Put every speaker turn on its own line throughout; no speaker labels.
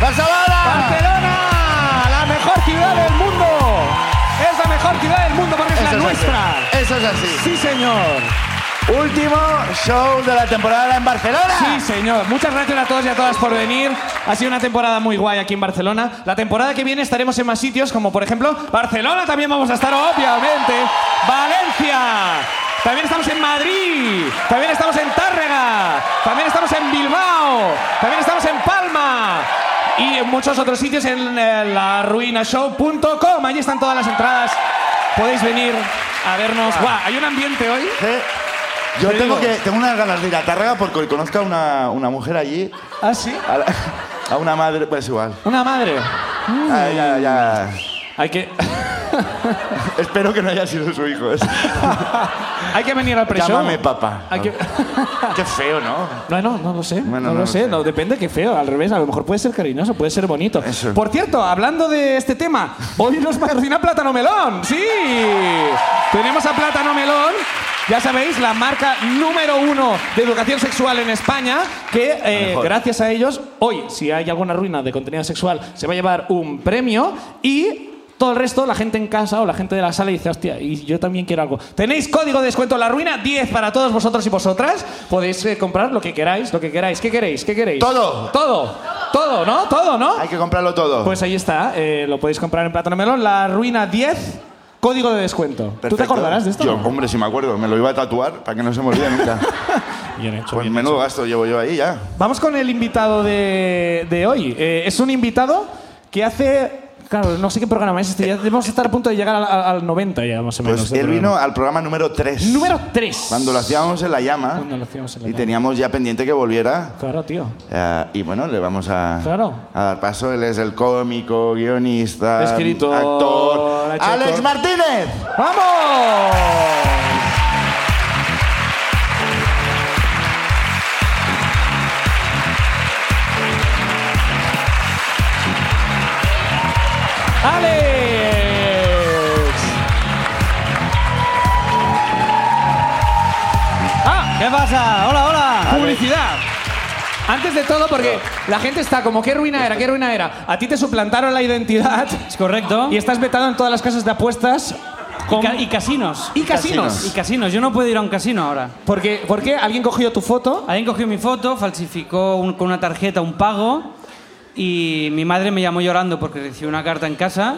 ¡Barcelona!
¡Barcelona! ¡La mejor ciudad del mundo! ¡Es la mejor ciudad del mundo porque es la
Eso es así.
nuestra!
Eso es así.
¡Sí, señor!
Último show de la temporada en Barcelona.
Sí, señor. Muchas gracias a todos y a todas por venir. Ha sido una temporada muy guay aquí en Barcelona. La temporada que viene estaremos en más sitios, como por ejemplo Barcelona también vamos a estar, obviamente. Valencia. También estamos en Madrid. También estamos en Tárrega. También estamos en Bilbao. También estamos en Palma. Y en muchos otros sitios en eh, laruinashow.com. Allí están todas las entradas. Podéis venir a vernos. Guau, hay un ambiente hoy.
Eh, Yo
Te
tengo,
digo.
que, tengo unas ganas de ir a Tárrega porque conozco a una, una mujer allí,
Ah, sí.
a, la- a una madre, pues igual.
Una madre. Mm.
Ah, ya, ya.
Hay que.
Espero que no haya sido su hijo. es-
Hay que venir al pre
Llámame papá.
Hay que-
Qué feo, ¿no?
No, no, no lo sé.
Bueno,
no, lo sé. No, depende qué feo. Al revés, a lo mejor puede ser cariñoso, puede ser bonito.
Eso.
Por cierto, hablando de este tema, hoy nos patrocina Plátano Melón. Sí. Tenemos a Plátano Melón. Ya sabéis, la marca número uno de educación sexual en España, que eh,
mejor.
gracias a ellos, hoy, si hay alguna ruina de contenido sexual, se va a llevar un premio y todo el resto, la gente en casa o la gente de la sala dice, hostia, y yo también quiero algo. Tenéis código de descuento en la ruina 10 para todos vosotros y vosotras. Podéis eh, comprar lo que queráis, lo que queráis. ¿Qué queréis? ¿Qué queréis?
Todo.
Todo. Todo, ¿no? Todo, ¿no?
Hay que comprarlo todo.
Pues ahí está. eh, lo podéis comprar en Plátano Melón. La ruina 10, código de descuento. ¿Tú te
Perfecto.
acordarás de esto?
Yo, hombre, si me acuerdo. Me lo iba a tatuar para que no se me olvide nunca.
Bien hecho,
pues
bien
menudo gasto llevo yo ahí ya.
Vamos con el invitado de, de hoy. Eh, es un invitado que hace. Claro, no sé qué programa es este. Ya debemos estar a punto de llegar al, al- al 90 ya, más o menos.
Pues
de
él vino
programa.
al programa número 3.
Número 3.
Cuando lo hacíamos en La Llama.
Cuando lo hacíamos en La
Y
Llama.
teníamos ya pendiente que volviera.
Claro, tío.
Eh, y bueno, le vamos a,
Claro.
a dar paso. Él es el cómico, guionista,
Escritor, ha
actor.
hecho
¡Alex
todo.
Martínez!
¡Vamos! ¡Alex! ¡Ah! ¿Qué pasa? ¡Hola, hola! ¡Publicidad! Antes de todo, porque la gente está como, ¿qué ruina era? ¿Qué ruina era? A ti te suplantaron la identidad.
Es correcto.
Y estás vetado en todas las casas de apuestas con-
Y ca- y casinos.
y casinos.
Y casinos. Yo no puedo ir a un casino ahora.
Porque, ¿Por qué alguien cogió tu foto?
Alguien cogió mi foto, falsificó un- con una tarjeta un pago y mi madre me llamó llorando porque recibió una carta en casa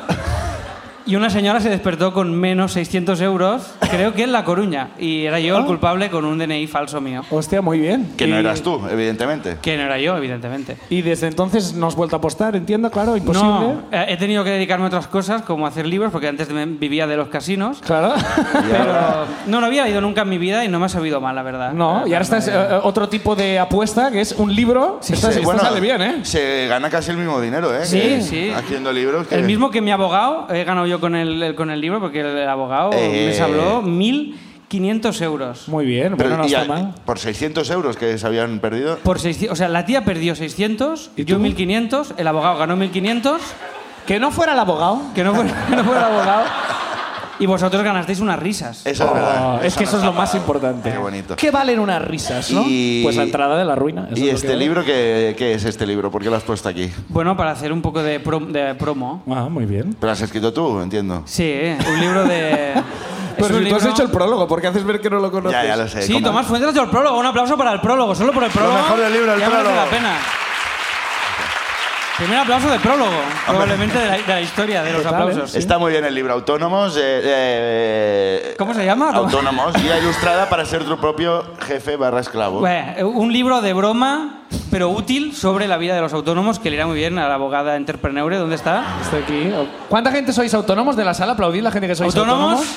y una señora se despertó con menos 600 euros, creo que en La Coruña, y era
Oh.
yo el culpable con un DNI falso mío.
Hostia, muy bien.
Que no
Y-
eras tú, evidentemente.
Que no era yo, evidentemente.
Y desde entonces no has vuelto a apostar, entiendo, claro, imposible.
No, eh, he tenido que dedicarme a otras cosas, como hacer libros, porque antes me- vivía de los casinos.
Claro.
Pero no lo había ido nunca en mi vida y no me ha sabido mal, la verdad.
No, y ahora estás eh, otro tipo de apuesta que es un libro. Estás-
Sí,
esto
bueno,
sale bien, ¿eh?
Se gana casi el mismo dinero, ¿eh?
Sí,
Que
sí.
Haciendo libros. que-
Eh.
El mismo que mi abogado, he ganado yo con el, el- con el libro, porque el, el abogado
Eh.
me habló 1.500 euros.
Muy bien,
Pero
bueno, no
y
está
a-
mal.
Por 600 euros que se habían perdido.
Por 600, o sea, la tía perdió 600,
¿Y
yo
tú?
1.500, el abogado ganó 1.500,
Que no fuera el abogado.
que no fue, que no fue el abogado, y vosotros ganasteis unas risas.
Eso es
Oh,
verdad.
es que
no
eso es
está
lo más
mal.
importante.
Ah, Qué bonito.
¿Qué valen unas risas, no?
Y-
Pues la entrada de la ruina. eso es
¿Y
lo que
este
vale.
libro qué, qué es este libro? ¿Por qué lo has puesto aquí?
Bueno, para hacer un poco de, pro- de promo.
Ah, muy bien.
Pero lo has escrito tú, entiendo.
Sí, eh, un libro de... es
Pero
un
si tú has
libro-
hecho Pues el prólogo, ¿por qué haces ver que no lo conoces?
Ya, ya lo sé.
Sí,
¿cómo?
Tomás Fuentes ha hecho el prólogo, un aplauso para el prólogo, solo por el prólogo.
mejor del libro, el
ya merece
prólogo.
la pena. Primer aplauso de prólogo, probablemente de la, de la historia de los
Total, ¿eh?
aplausos.
Está muy bien el libro Autónomos. eh, eh,
¿Cómo se llama?
Autónomos. Guía ilustrada para ser tu propio jefe barra esclavo.
Bueno, un libro de broma, pero útil, sobre la vida de los autónomos, que le irá muy bien a la abogada entrepreneure. ¿Dónde está?
Está aquí. ¿Cuánta gente sois autónomos de la sala? Aplaudid la gente que sois autónomos.
¿Autónomos?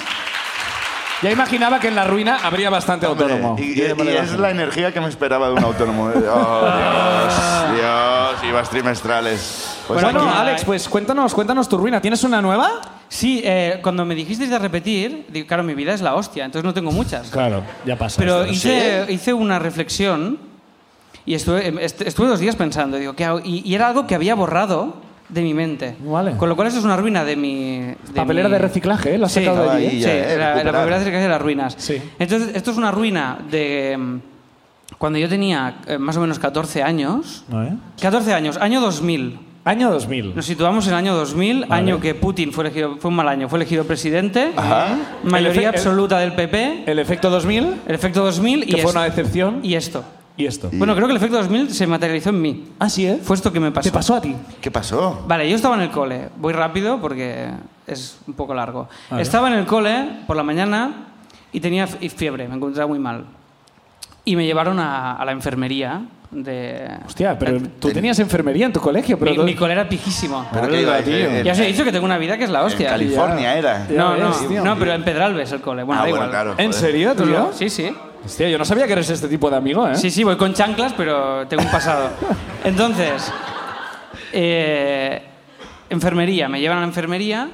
Ya imaginaba que en la ruina habría bastante
Hombre,
autónomo.
Y,
Ya
y-
me lo
y es
imagino.
la energía que me esperaba de un autónomo. Oh, Dios, Dios, ibas trimestrales. Pues
Bueno,
aquí-
Bueno,
Alex, pues cuéntanos, cuéntanos tu ruina. ¿Tienes una nueva?
Sí, eh, cuando me dijisteis de repetir, digo, claro, mi vida es la hostia, entonces no tengo muchas.
Claro, ya pasa.
Pero hice, hice una reflexión y estuve, em, est- estuve dos días pensando, digo, ¿qué hago? Y, y era algo que había borrado de mi mente.
Vale.
Con lo cual, eso es una ruina de mi. de
Papelera
mi-
de reciclaje, ¿eh? Lo has
Sí,
sacado de allí.
ahí.
¿eh?
ya,
sí,
eh,
la- la,
recuperar.
primera cerca de las ruinas.
Sí.
Entonces, esto es una ruina de mm, cuando yo tenía eh, más o menos 14 años.
No, ¿eh?
14 años, año 2000.
Año 2000.
Nos situamos en el año 2000, año que Putin fue elegido, fue un mal año, fue elegido presidente,
Ajá.
El efe-
mayoría
el-
absoluta del PP,
El efecto 2000,
el efecto 2000 y,
que fue una
esto,
decepción.
y esto.
Y esto.
Bueno, creo que el efecto 2000 se materializó en mí.
Así es.
Fue esto que me pasó.
¿Te pasó a ti?
¿Qué pasó?
Vale, yo estaba en el cole. Voy rápido porque es un poco largo.
Vale.
Estaba en el cole por la mañana y tenía f- y fiebre, me encontraba muy mal. Y me llevaron a, a la enfermería de...
Hostia, pero
Mi-
tú tenías enfermería en tu colegio, pero...
Eh, mi, cole era pijísimo.
¿Pero qué iba a
Hola,
decir? Ah,
tío.
En-
Ya os he dicho que tengo una vida que es la
En
hostia.
California era.
Ya
No, no,
ves, tío.
no, pero en Pedralbes el cole. Bueno,
ah,
da
bueno,
igual.
claro.
¿En
joder.
serio,
¿Tú
tío?
no? Sí, sí.
Hostia, yo no sabía que eres este tipo de amigo, ¿eh?
Sí, sí, voy con chanclas, pero tengo un pasado. Entonces, eh, enfermería, me llevan a la enfermería.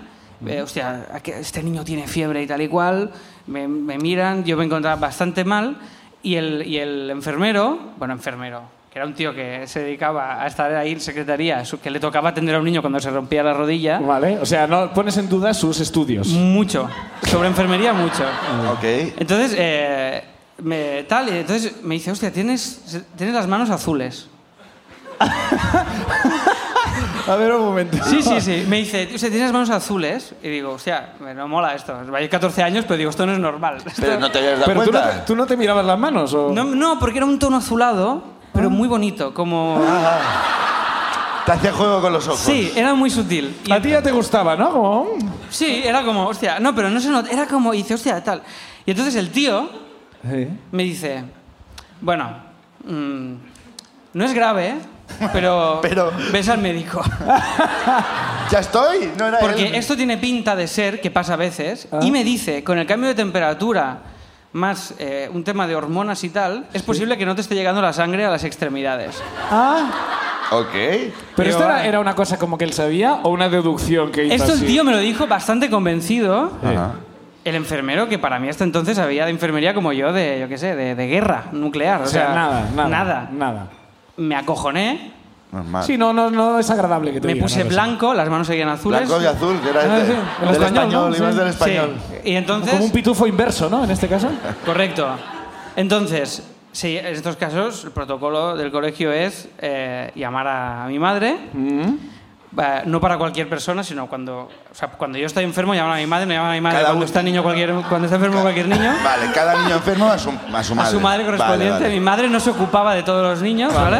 eh, hostia, aqu- este niño tiene fiebre y tal y cual. Me, me miran, yo me encontraba bastante mal. Y el, y el enfermero, bueno, enfermero, que era un tío que se dedicaba a estar ahí en secretaría, su- que le tocaba atender a un niño cuando se rompía la rodilla.
Vale, o sea, no pones en duda sus estudios.
Mucho. Sobre enfermería, mucho.
Ah. Ok.
Entonces, eh, me, tal, y entonces me dice, hostia, tienes, tienes las manos azules.
A ver, un momento.
Sí, sí, sí. Me dice, hostia, tienes las manos azules. Y digo, hostia, me- no mola esto. Vaya 14 años, pero digo, esto no es normal.
Pero no te habías dado
Pero tú no,
cuenta.
te, tú no te mirabas las manos, ¿o...?
No, no, porque era un tono azulado, pero muy bonito, como...
Ah, Te hacía juego con los ojos.
Sí, era muy sutil. Y-
A ti ya te gustaba, ¿no? Como, mm.
sí, era como, hostia, no, pero no se nota, era como, y dice, hostia, tal. Y entonces el tío me dice, bueno, mm, no es grave, pero,
Pero-
ves al médico.
¿Ya estoy? No era él.
Porque esto tiene pinta de ser, que pasa a veces,
Ah.
y me dice, con el cambio de temperatura, más eh, un tema de hormonas y tal, es posible que no te esté llegando la sangre a las extremidades.
Ah,
Ok.
pero
Digo,
esto era,
vale.
era una cosa como que él sabía o una deducción que hizo
Esto el
así?
tío me lo dijo bastante convencido.
Ajá.
El enfermero, que para mí hasta entonces había de enfermería como yo, de, yo qué sé, de, de guerra nuclear.
O sea, nada, nada.
Nada.
Nada.
Me acojoné,
Normal.
Sí, no, no, no es agradable que te
me
digan
puse
algo así.
blanco, las manos seguían azules.
Blanco y azul, que era
Ah,
este.
sí, el
Del
español, ¿no?
español, ibas
Sí.
del
Sí.
español.
Y entonces...
Como un pitufo inverso, ¿no? En este caso.
Correcto. Entonces, sí, en estos casos, el protocolo del colegio es eh, llamar a, a mi madre. Eh, no para cualquier persona, sino cuando, o sea, cuando yo estoy enfermo, llaman a mi madre, no llaman a mi madre
Cada
cuando
uno.
está, niño cualquier, cuando está enfermo cualquier niño.
Vale, cada niño enfermo a su, a su
A
madre.
su madre correspondiente.
Vale, vale.
Mi madre no se ocupaba de todos los niños, ¿vale?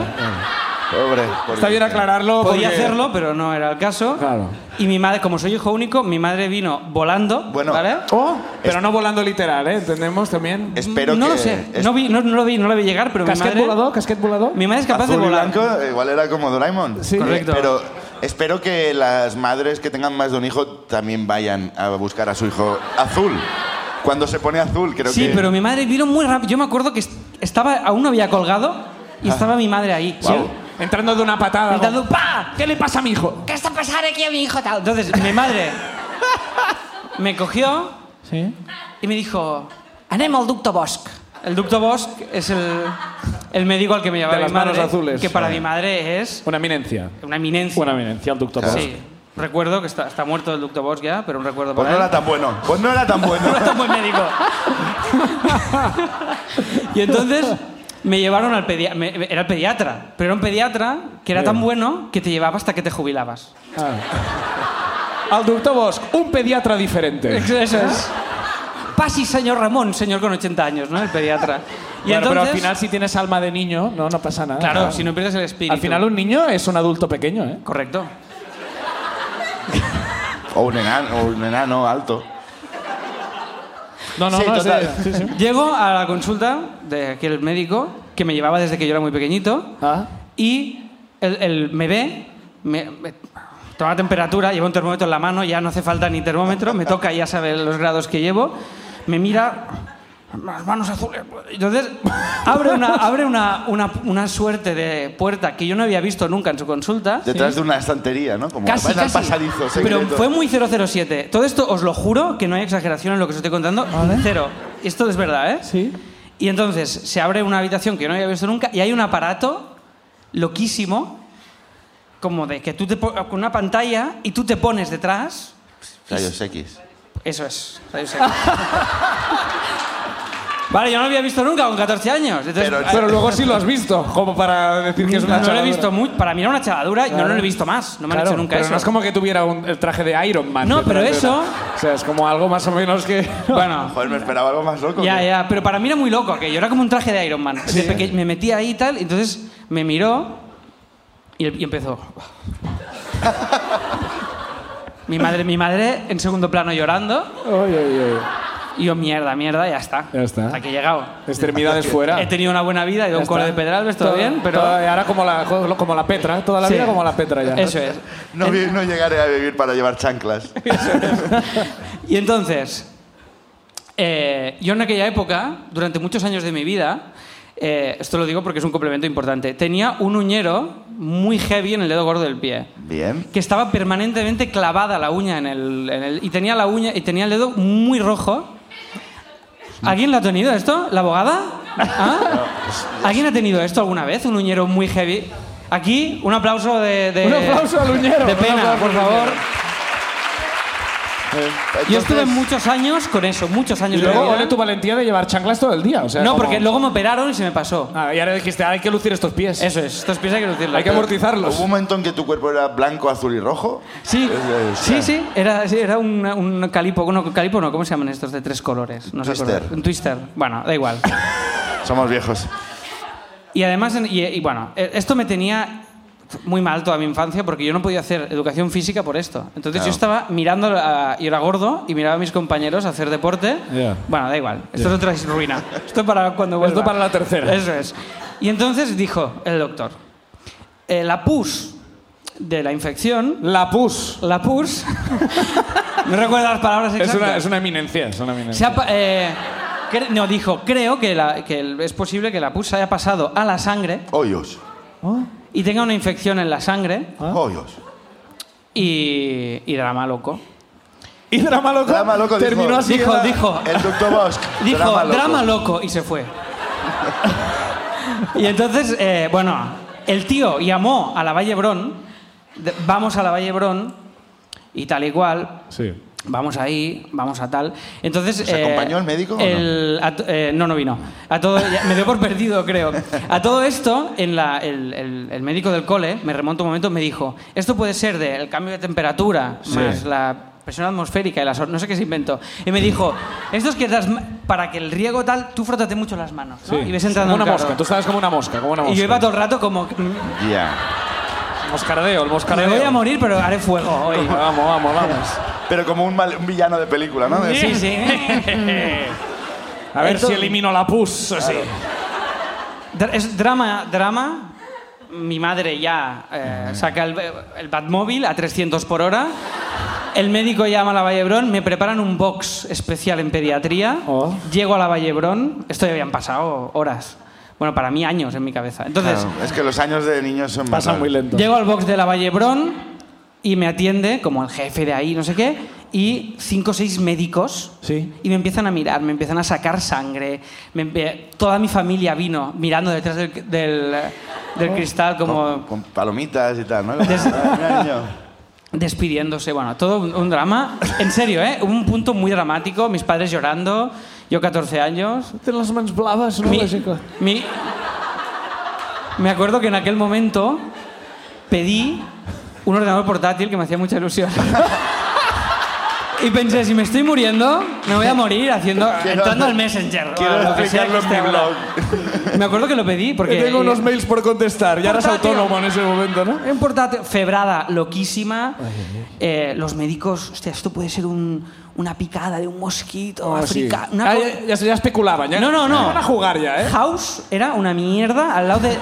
Pobre. pobre.
Está bien aclararlo.
Podía
porque-
hacerlo, pero no era el caso.
Claro.
Y mi madre, como soy hijo único, mi madre vino volando,
Bueno,
¿vale?
Oh, pero no volando literal, ¿eh? Entendemos también.
Espero
no
que.
lo sé,
es-
no, vi- no- no lo vi, no la vi llegar, pero mi
¿Casquet
madre,
volador? ¿Casquet volador?
mi madre es capaz
azul
de
y
volar.
blanco, igual era como Doraemon.
Sí.
Eh,
Correcto.
Pero espero que las madres que tengan más de un hijo también vayan a buscar a su hijo azul. Cuando se pone azul, creo
Sí,
que.
pero mi madre vino muy rápido. Yo me acuerdo que est- estaba, aún no había colgado y
Ah.
estaba mi madre ahí.
Guau.
Entrando de una patada.
Gritando, ¡pa!
¿Qué le pasa a mi hijo?
¿Qué está pasando aquí a mi hijo? tal? Entonces, mi madre me cogió
Sí.
y me dijo, anem al ducto Bosch. El ducto Bosch es el, el médico al que me llevaba
De
mi
las manos
madre,
azules.
que para
Ah.
mi madre es
Una eminencia.
una eminencia.
Una eminencia, el ducto
sí. Recuerdo que está, está muerto el ducto Bosch ya, pero un recuerdo
Pues
para
no
él.
era tan bueno. Pues no era tan bueno.
no era tan buen médico. y entonces me llevaron al pediatra. Era el pediatra, pero era un pediatra que era tan bueno que te llevaba hasta que te jubilabas.
Ah. Al ducto Bosch, un pediatra
Eh.
diferente.
Eso es. Pasi, señor Ramón, señor con 80 años, ¿no? El pediatra. Y
Bueno, pero al
entonces-
final si tienes alma de niño, no, no pasa nada.
Claro, si no pierdes el espíritu.
Al final un niño es un adulto pequeño, ¿eh?
Correcto.
O un enano, o un enano alto.
No, no,
Sí,
no.
total.
es- sí, sí.
Llego a la consulta de aquel médico que me llevaba desde que yo era muy pequeñito.
Ah.
Y él, él me ve, me, me toma la temperatura, lleva un termómetro en la mano, ya no hace falta ni termómetro, me toca, ya sabe los grados que llevo, me mira, las manos azules. Entonces, abre, una, abre una, una- una suerte de puerta que yo no había visto nunca en su consulta.
Detrás de una estantería, ¿no? Como
Casi,
vas al
casi.
pasadizo
Pero
secreto.
fue muy 007. Todo esto os lo juro que no hay exageración en lo que os estoy contando. Cero. Esto es verdad, ¿eh?
Sí.
Y entonces se abre una habitación que yo no había visto nunca y hay un aparato loquísimo, como de que tú te po- con una pantalla y tú te pones detrás.
Rayos X.
Eso es. rayos X. Vale, yo no lo había visto nunca con 14 años. Entonces,
Pero-
Pero luego sí lo has visto, como para decir que es una
no lo he
charadura.
visto mucho. Para mí era una chavadura y no lo he visto más. No me han
Claro,
hecho nunca
pero
eso.
no es como que tuviera un, el traje de Iron Man.
No,
detrás
pero
de
eso-
la- O sea, es como algo más o menos que...
Bueno,
Joder, me esperaba algo más loco.
ya,
tío.
ya. Pero para mí era muy loco aquello. Era como un traje de Iron Man. De peque- Me metí ahí y tal, y entonces me miró y, y empezó. mi, madre, mi madre en segundo plano llorando.
Oye, oye, oye.
Y yo, mierda, mierda, ya está.
Ya está.
Hasta que he llegado.
Extremidades fuera.
He tenido una buena vida, he ido a un cole de Pedralbes, todo, bien, pero...
Todo- ahora como la, como la Petra, toda la
Sí.
vida como la Petra ya.
Eso es.
No, vi- no llegaré a vivir para llevar chanclas.
Y entonces, eh, yo en aquella época, durante muchos años de mi vida, eh, esto lo digo porque es un complemento importante, tenía un uñero muy heavy en el dedo gordo del pie,
Bien.
que estaba permanentemente clavada la uña en el, en el- y tenía la uña y tenía el dedo muy rojo. ¿Alguien lo ha tenido esto? ¿La abogada? ¿Ah? ¿Alguien ha tenido esto alguna vez? Un uñero muy heavy. Aquí un aplauso de, de-
Un aplauso al uñero.
de
un
pena,
aplauso
por
al
favor.
uñero.
Entonces,
Yo estuve muchos años con eso, muchos
Y
años de
luego
vida.
ole tu valentía de llevar chanclas todo el día. O sea,
No,
como-
porque luego me operaron y se me pasó.
Ah, y ahora dijiste, hay que lucir estos pies.
Eso es, estos pies hay que lucirlos.
Hay que amortizarlos.
Hubo un momento en que tu cuerpo era blanco, azul y rojo. Eh,
Sí,
Es- es-
sí, sí, era, sí, era una- un calipo, no, calipo no, ¿cómo se llaman estos de tres colores? No sé
Twister.
color. Un twister, bueno, da igual.
Somos viejos.
Y además, en- y, y bueno, eh, esto me tenía muy mal toda mi infancia porque yo no podía hacer educación física por esto. Entonces yo estaba mirando, a, yo era gordo y miraba a mis compañeros hacer deporte.
Ya.
Bueno, da igual, esto es otra ruina. Esto para cuando vuelva.
Esto para la tercera.
Eso es. Y entonces dijo el doctor, eh, la pus de la infección,
La pus.
la pus, no recuerdo las palabras
Es
exactas.
una, es una eminencia, es una
Se
eminencia.
ha pa- eh, cre- no, dijo, creo que, la- que el- es posible que la pus haya pasado a la sangre
Hoyos.
y tenga una infección en la sangre
Hoyos.
y, y drama loco.
Y Drama Loco,
Drama Loco dijo-
terminó así.
Dijo,
era-
dijo,
El doctor Bosch.
dijo,
drama
drama
loco.
loco. y se fue. y entonces, eh, bueno, el tío llamó a la Vallebrón, vamos a la Vallebrón y tal y cual,
Sí.
Vamos ahí, vamos a tal. Entonces, eh,
¿Os acompañó el médico o no?
el- a to- eh, no, no vino. A todo, ya- me dio por perdido, creo. A todo esto, en la- el, el- el médico del cole, me remonto un momento, me dijo, esto puede ser del cambio de temperatura, más la presión atmosférica y las... hor- No sé qué se inventó. Y me dijo, esto es que das ma- para que el riego tal, tú frótate mucho las manos. ¿no?
Sí.
Y ves entrando
como
un
una
carro.
mosca, tú estabas como una mosca, como una mosca.
Y yo iba todo el rato como,
Ya.
Moscardeo, el
me
moscardeo.
voy a morir, pero haré fuego hoy.
Vamos, vamos, vamos.
Pero como un, mal- un villano de película, ¿no? De-
Sí, sí.
A ver
Entonces-
si elimino la pus. Sí.
Dra- Es drama, drama. Mi madre ya eh, saca el, el Batmóvil a 300 por hora. El médico llama a la Vallebrón, me preparan un box especial en pediatría.
Oh.
Llego a la Vallebrón, esto ya habían pasado horas. Bueno, para mí años en mi cabeza. Entonces,
Claro, Ah, Es que los años de niños son más
Pasa
raros.
muy lento.
llego al box de la Vallebrón y me atiende como el jefe de ahí, no sé qué, y cinco o seis médicos
Sí.
y me empiezan a mirar, me empiezan a sacar sangre. me empie- toda mi familia vino mirando detrás del, del- del cristal
Con,
como
con palomitas y tal, ¿no?
Des-
Ah, mira, niño.
despidiéndose. Bueno, todo un, un drama. En serio, ¿eh? Hubo un punto muy dramático. Mis padres llorando, yo 14 años.
Ten las manos blavas, ¿no?
Mi- mi- me acuerdo que en aquel momento pedí un ordenador portátil que me hacía mucha ilusión. Y pensé, si me estoy muriendo, me voy a morir haciendo,
Quiero-
entrando al Messenger. o
Quiero
lo que sea que
explicarlo en
esté
mi
ahora.
blog.
Me acuerdo que lo pedí porque...
Tengo unos mails por contestar. Ya eras
Portátil.
autónomo en ese momento, ¿no?
Un portátil- febrada, loquísima. Eh, los médicos, hostia, esto puede ser un- una picada de un mosquito africano. Una
Ah,
co-
ya, ya, ya especulaban. Ya,
No, no, no.
Ya Van a jugar ya, ¿eh?
House era una mierda al lado de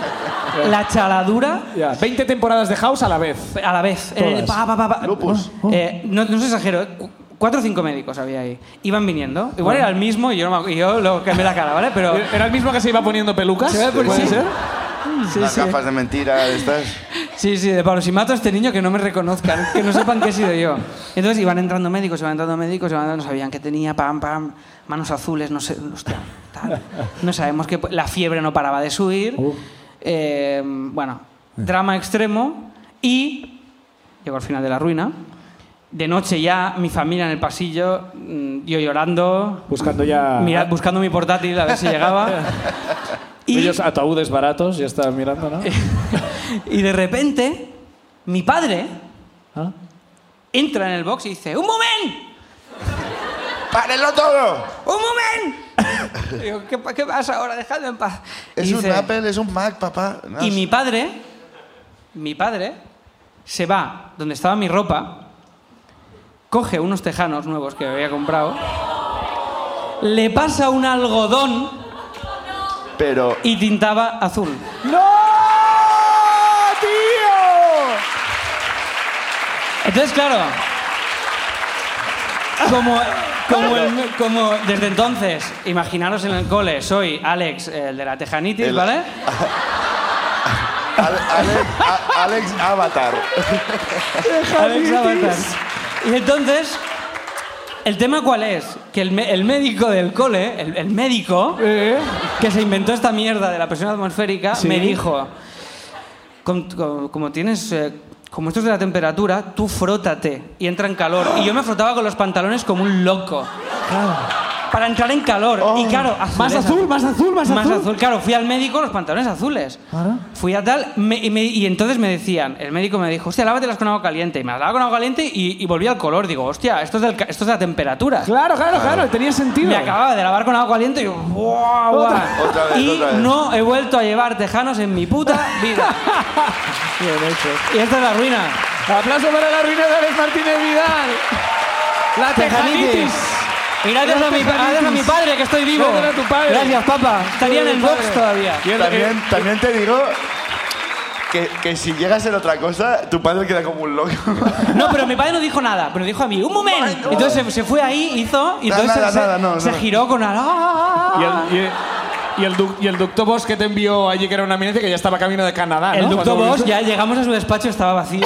la chaladura
Ya. 20 temporadas de House a la vez.
a la vez. Eh,
Todas.
pa, pa, pa, pa.
Lupus.
Eh, no, no os exagero, eh, cu- cuatro o cinco médicos había ahí. Iban viniendo. Igual era el mismo y yo, no me acu- y yo lo cambié la cara, ¿vale? Pero...
¿Era el mismo que se iba poniendo pelucas?
Se iba poniendo-
¿Puede
sí.
ser?
Sí,
Las
sí.
gafas de mentira, estas.
Sí, sí, de palo. Si mato a este niño, que no me reconozcan, que no sepan que he sido yo. Entonces iban entrando médicos, iban entrando médicos, iban entrando, no sabían qué tenía, pam, pam, manos azules, no sé, hostia, tal. No sabemos qué. La fiebre no paraba de subir. Eh, bueno, drama extremo. Y, llegó al final de la ruina, de noche ya, mi familia en el pasillo, mm, yo llorando,
Buscando ya
mira- buscando mi portátil a ver si llegaba. y,
aquellos ataúdes baratos, ya estás mirando, ¿no?
y de repente, mi padre
¿Ah?
entra en el box y dice, ¡Un moment!
¡Párenlo todo!
¡Un moment! Y digo, ¿Qué, pa- qué pasa ahora? Dejadme en paz. Y
Es un
dice-
Apple, es un Mac, papá. No,
Y mi padre, mi padre, se va donde estaba mi ropa, coge unos tejanos nuevos que había comprado, le pasa un algodón
Pero...
y tintaba azul.
¡Ah,
¡No, tío!
Entonces, claro, como, como, el- como desde entonces, imaginaros en el cole, soy Alex, el de la tejanitis,
El-
¿vale?
Ale- Ale- A- Alex Avatar.
Alex Avatar. Y entonces, ¿el tema cuál es? Que el, me- el médico del cole, el, el médico
¿Eh?
que se inventó esta mierda de la presión atmosférica,
Sí.
me dijo, "Com- com- como tienes... eh, como esto es de la temperatura, tú frótate y entra en calor. Y yo me frotaba con los pantalones como un loco. Para entrar en calor. y claro,
Oh. Más
azules,
azul, más azul, más azul.
Claro, fui al médico, los pantalones azules.
Ahora.
Fui a tal, me- y, me- y entonces me decían, el médico me dijo, hostia, lávatelas con agua caliente. Y me las lavaba con agua caliente y, y volví al color. Digo, hostia, esto es, del ca- esto es de la temperatura.
Claro, claro, claro, tenía sentido.
Me acababa de lavar con agua caliente y yo, ¡buah, buah!
Otra vez,
y
otra vez.
no he vuelto a llevar tejanos en mi puta vida.
Bien hecho.
y esta es la ruina.
Aplauso para la ruina de Alex Martínez Vidal. La tejanitis.
Y gracias, a mi, gracias a mi padre que estoy vivo.
Gracias a tu padre.
Gracias, papá. Estaría en el
Gracias a tu
box
padre.
todavía.
Y el-
También, también te digo que, que si llega a ser otra cosa, tu padre queda como un loco.
No, pero mi padre no dijo nada, pero dijo a mí, ¡un momento! Entonces se, se fue ahí, hizo, y
Nada,
entonces
nada,
se,
nada, no,
se
no.
giró con ¡Ah! la...
Y el, y el- y el duc- y el ducto Boss que te envió allí, que era una eminencia, que ya estaba camino de Canadá,
El
¿no?
ducto
Cuando
Bosch, ya llegamos a su despacho, estaba vacío.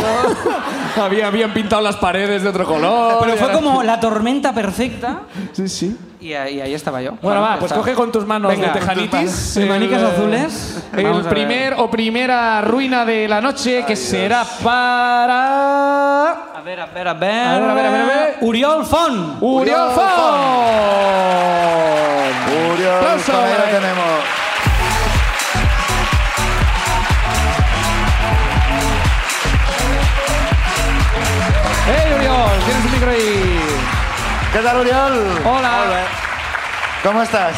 Había, habían pintado las paredes de otro color.
Pero fue
Ya-
como la tormenta perfecta,
Sí, sí.
y, ahí y ahí estaba yo.
Bueno, va, pues
estaba.
coge con tus manos
Venga.
de tejanitis.
Mis manicas
eh,
azules.
El
Vamos a ver.
primer o primera ruina de la noche, que será para.
A ver, a ver, a
A
ver...
ver, a ver, a ver, a ver. Uh.
Uriol Fon.
Uriol Fon.
Murió,
Aplauso.
ahí lo tenemos.
¡Hey, Uriol! Tienes un micro ahí.
¿Qué tal, Uriol?
Hola.
¿Cómo estás?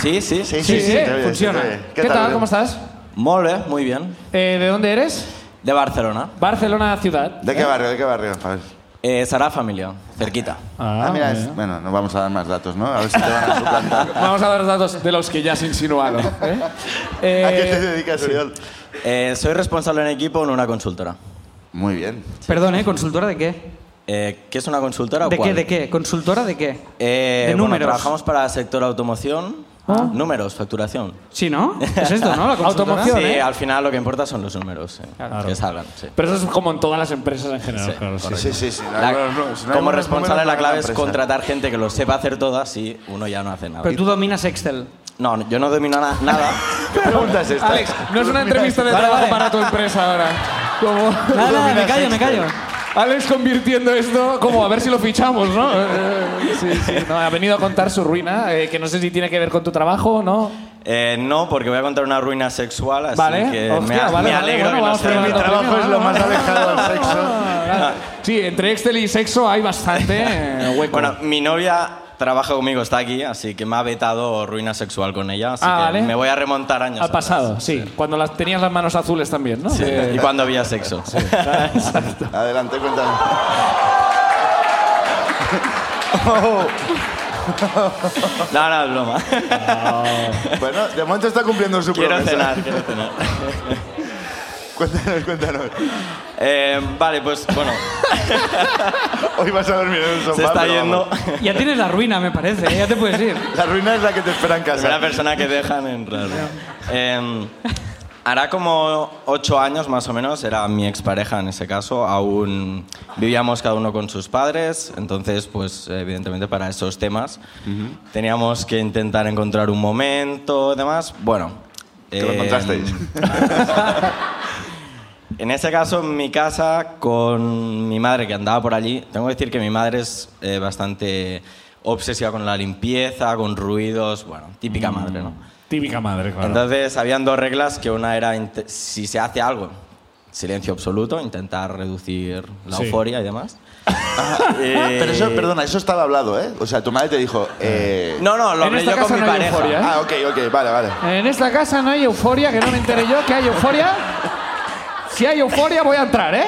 Sí, sí.
Sí,
Sí, sí,
te oye,
funciona.
sí, te oye.
¿Qué, tal?
Uriol?
¿Cómo estás?
Molt bé, muy bien.
Eh, ¿De dónde eres?
De Barcelona.
Barcelona ciudad.
¿De qué barrio? ¿De qué barrio? A ver.
Eh, Sarà Família, cerquita.
Ah, mira, es- bueno, no vamos a dar más datos, ¿no? A ver si te van a suplantar.
Vamos a dar los datos de los que ya has insinuado. ¿eh? Eh,
¿A qué te dedicas, Uriol?
Eh, soy responsable en equipo en una consultora.
Muy bien.
Perdón, ¿eh? ¿Consultora de qué?
Eh, ¿Qué es una consultora o
¿De
cuál?
qué, de qué? ¿Consultora de qué?
Eh,
de
bueno,
números.
trabajamos para sector automoción. Números, facturación.
Sí, ¿no? Es esto, ¿no? La consultora.
Automoción.
sí,
¿eh?
al final lo que importa son los números eh, que salgan. sí.
Pero eso es como en todas las empresas en general.
Sí,
claro, sí.
Sí, sí, sí. no,
La-
no, no, si no hay
como
buenos
responsable
números, no
la
hay
clave es
empresa.
contratar gente que lo sepa hacer todas y uno ya no hace nada.
Pero tú dominas Excel.
No, no, yo no domino na- nada.
¿Qué pregunta es esta?
Alex, no es una entrevista de
Vale,
trabajo
vale.
para tu empresa ahora. Como
Nada, nada, me
dominas
callo, me
Excel.
callo.
Alex convirtiendo esto como a ver si lo fichamos, ¿no? Eh, Sí, sí. No, ha venido a contar su ruina, eh, que no sé si tiene que ver con tu trabajo, ¿no?
Eh, no, porque voy a contar una ruina sexual, así
Vale.
que
Hostia,
me, a-
vale, vale,
me alegro
bueno,
que no
vamos
sea
primero.
Mi trabajo es lo más alejado del sexo.
Sí, entre Excel y sexo hay bastante eh, hueco.
Bueno, mi novia trabaja conmigo, está aquí, así que me ha vetado ruina sexual con ella, así
Ah,
que
vale.
me voy a remontar años.
Al
atrás.
pasado, sí. Cuando las, tenías las manos azules también, ¿no?
Sí,
Eh,
Y cuando había sexo.
Adelante, cuéntame.
No, no, es broma.
Bueno, de momento está cumpliendo su
quiero
promesa.
cenar, quiero cenar.
Cuéntanos, cuéntanos.
Eh, vale, pues bueno,
Hoy vas a dormir en el sofá.
se está
pero
yendo.
vamos.
Ya tienes la ruina, me parece. ¿eh? Ya te puedes ir.
La ruina es la que te espera en
Primera
casa.
persona que dejan entrar. Eh, hará como ocho años más o menos, era mi expareja en ese caso, aún vivíamos cada uno con sus padres, entonces pues evidentemente para esos temas teníamos que intentar encontrar un momento, demás, bueno. em,
¿Te lo
eh,
encontrasteis?
En ese caso, en mi casa, con mi madre que andaba por allí, tengo que decir que mi madre es eh, bastante obsesiva con la limpieza, con ruidos, bueno, típica madre, ¿no?
Típica madre, claro.
Entonces, habían dos reglas, que una era inte- si se hace algo, silencio absoluto, intentar reducir la
Sí.
euforia y demás. Eh,
Ah, Pero eso, perdona, eso estaba hablado, ¿eh? O sea, tu madre te dijo. Eh...
No, no, lo
En
hablé
esta
yo con
casa
mi
no hay
pareja.
euforia, ¿eh?
Ah, ok, ok, vale, vale.
En esta casa no hay euforia, que no me enteré yo que hay euforia. Si hay euforia, voy a entrar, ¿eh?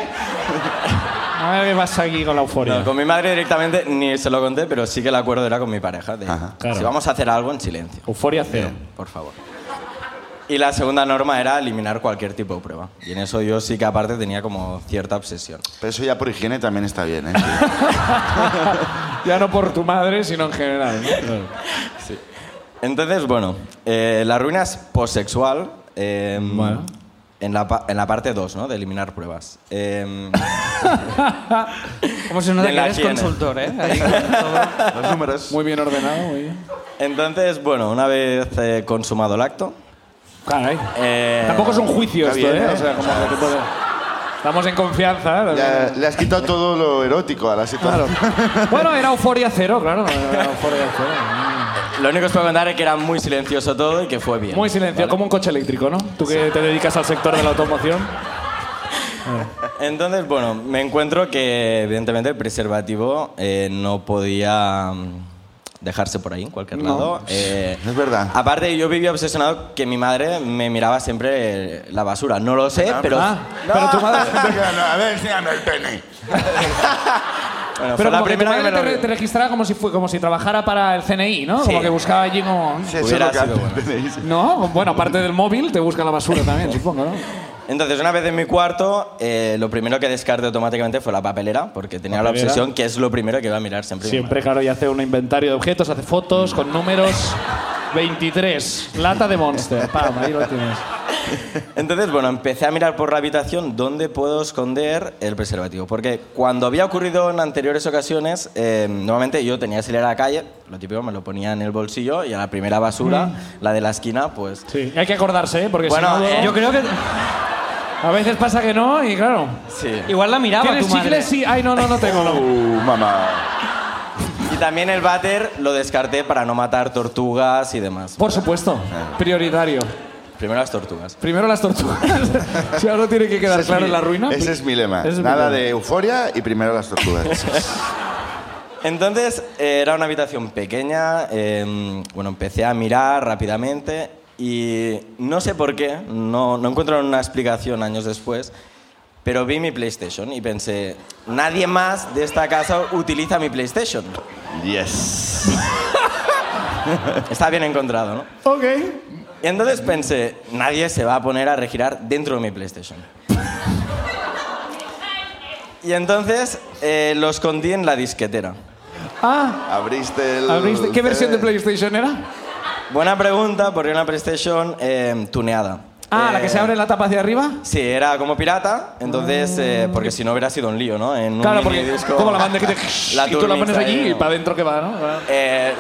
A ver qué pasa aquí con la euforia.
No, con mi madre directamente ni se lo conté, pero sí que el acuerdo era con mi pareja. de,
Ajá.
Claro.
Si vamos a hacer algo, en silencio,
Euforia cero.
por favor. Y la segunda norma era eliminar cualquier tipo de prueba. Y en eso yo sí que aparte tenía como cierta obsesión.
Pero eso ya por higiene también está bien, ¿eh?
Ya no por tu madre, sino en general. ¿no?
Entonces, bueno, eh, la ruina es posexual. eh,
Bueno.
En la, pa- en la parte 2, ¿no? De eliminar pruebas. Eh,
Como se nota
De
que
la
eres
higiene.
consultor, ¿eh? Ahí con todo.
Los números.
Muy bien ordenado, muy bien.
entonces, bueno, una vez eh, consumado el acto...
Caray.
eh,
Tampoco es un juicio
Está
esto,
bien,
¿eh?
¿eh?
O sea, como que te puede... Estamos en confianza. ¿eh?
Ya le has quitado todo lo erótico a la situación.
Bueno, era euforia cero, claro. Era euforia cero.
Lo único que os puedo contar es que era muy silencioso todo y que fue bien.
Muy silencio, como un coche eléctrico, ¿no? Tú que te dedicas al sector de la automoción.
Entonces, bueno, me encuentro que evidentemente el preservativo eh, no podía mm, dejarse por ahí en cualquier lado. Eh,
Es verdad.
Aparte, yo vivía obsesionado que mi madre me miraba siempre eh, la basura. No lo sé, pero...
Ah,
Pero tu madre. a ver, enséñame el pene.
Bueno,
Pero
fue la
como que tu
primera que
madre
me
te,
lo
re- te registraba como si, fue, como si trabajara para el CNI, ¿no? Como
Sí.
que buscaba allí como...
Sí, eso es
Hubiera
lo que
sido
hace el pene.
No, bueno, aparte del móvil, te busca la basura también, supongo, ¿no?
Entonces, una vez en mi cuarto, eh, lo primero que descarté automáticamente fue la papelera, porque tenía
Papelera.
la obsesión que es lo primero que iba a mirar siempre. mi
Siempre, claro, y hace un inventario de objetos, hace fotos con números. 23, lata de Monster. Pam, ahí lo tienes.
Entonces, bueno, empecé a mirar por la habitación dónde puedo esconder el preservativo. Porque cuando había ocurrido en anteriores ocasiones, eh, normalmente yo tenía que salir a la calle, lo típico, me lo ponía en el bolsillo y a la primera basura, la de la esquina, pues...
Sí, hay que acordarse, ¿eh? Porque
Bueno,
si no,
eh,
yo
Yo creo que
creo- a veces pasa que no y claro.
Sí.
igual la miraba tu
¿Tienes
madre.
chicles? Sí. Ay, no, no, no tengo. no.
Uh, mamá.
Y también el váter lo descarté para no matar tortugas y demás.
Por supuesto, prioritario.
Primero las tortugas.
Primero las tortugas. si ahora tiene que quedar
Ese es
claro
mi-
en la ruina. pues,
Ese es mi lema.
Ese es mi
Nada
lema.
de euforia y primero las tortugas.
Entonces, eh, era una habitación pequeña. eh, bueno, empecé a mirar rápidamente y no sé por qué, no, no encuentro una explicación años después, pero vi mi PlayStation y pensé, nadie más de esta casa utiliza mi PlayStation.
yes.
Está bien encontrado, ¿no?
Ok.
Y entonces pensé, nadie se va a poner a regirar dentro de mi PlayStation. Y entonces eh, lo escondí en la disquetera.
Ah,
Abriste el.
abriste- ¿Qué versión de
CD.
PlayStation era?
Buena pregunta, porque una PlayStation eh, tuneada.
Ah, la
Eh,
que se abre la tapa hacia arriba.
Sí, era como pirata, entonces, eh, porque si no hubiera sido un lío, ¿no? En un
Ah. Claro, porque
minidisco-
como la banda que te...
La
y tú la pones
turmix
allí
ahí,
y
¿no?
para adentro que va, ¿no?
Eh,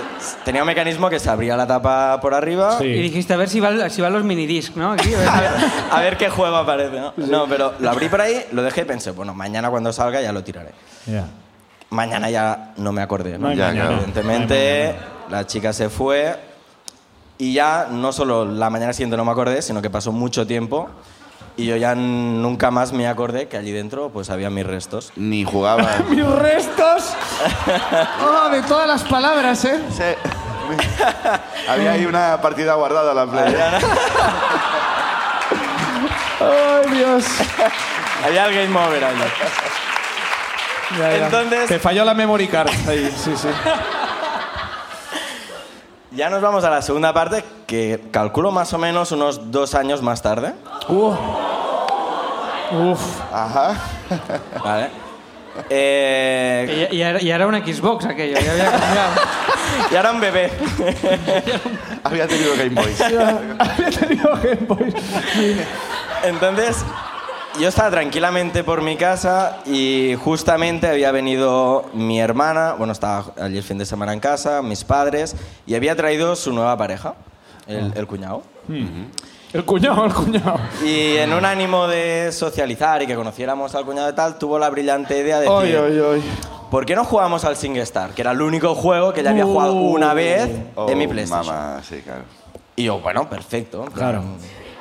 tenía un mecanismo que se abría la tapa por arriba.
Y dijiste, a ver si van si va los minidisc, ¿no? Aquí, a ver
A
si-
ver, a ver qué juego aparece, ¿no? No, pero lo abrí por ahí, lo dejé y pensé, bueno, mañana cuando salga ya lo tiraré. Mañana ya no me acordé, ¿no?
hay Ya, mañana. claro.
Evidentemente, la chica se fue y ya no solo la mañana siguiente no me acordé, sino que pasó mucho tiempo y yo ya n- nunca más me acordé que allí dentro pues había mis restos.
Ni jugaba.
Mis restos. Oh, de todas las palabras, ¿eh?
Se- Había ahí una partida guardada a la play.
Ay, Dios.
Había el game over allí.
Ya, ya.
Entonces-
Te falló la memory card ahí, sí, sí.
Ya nos vamos a la segunda parte, que calculo más o menos unos dos años más tarde.
Uf. Uf.
Ajá.
Vale. Eh,
Y, y era, y era una Xbox aquello, ya había cambiado.
y ahora un bebé.
Había tenido Game Boys.
Había tenido Game Boy.
Entonces, yo estaba tranquilamente por mi casa y justamente había venido mi hermana, bueno, estaba allí el fin de semana en casa, mis padres, y había traído su nueva pareja, el, el cuñado.
El cuñado, el cuñado.
Y en un ánimo de socializar y que conociéramos al cuñado de tal, tuvo la brillante idea de decir, ¿por qué no jugamos al SingStar? Que era el único juego que ya había jugado una vez en mi
Oh,
PlayStation.
Mamá, sí, claro.
Y yo, bueno, perfecto.
Claro,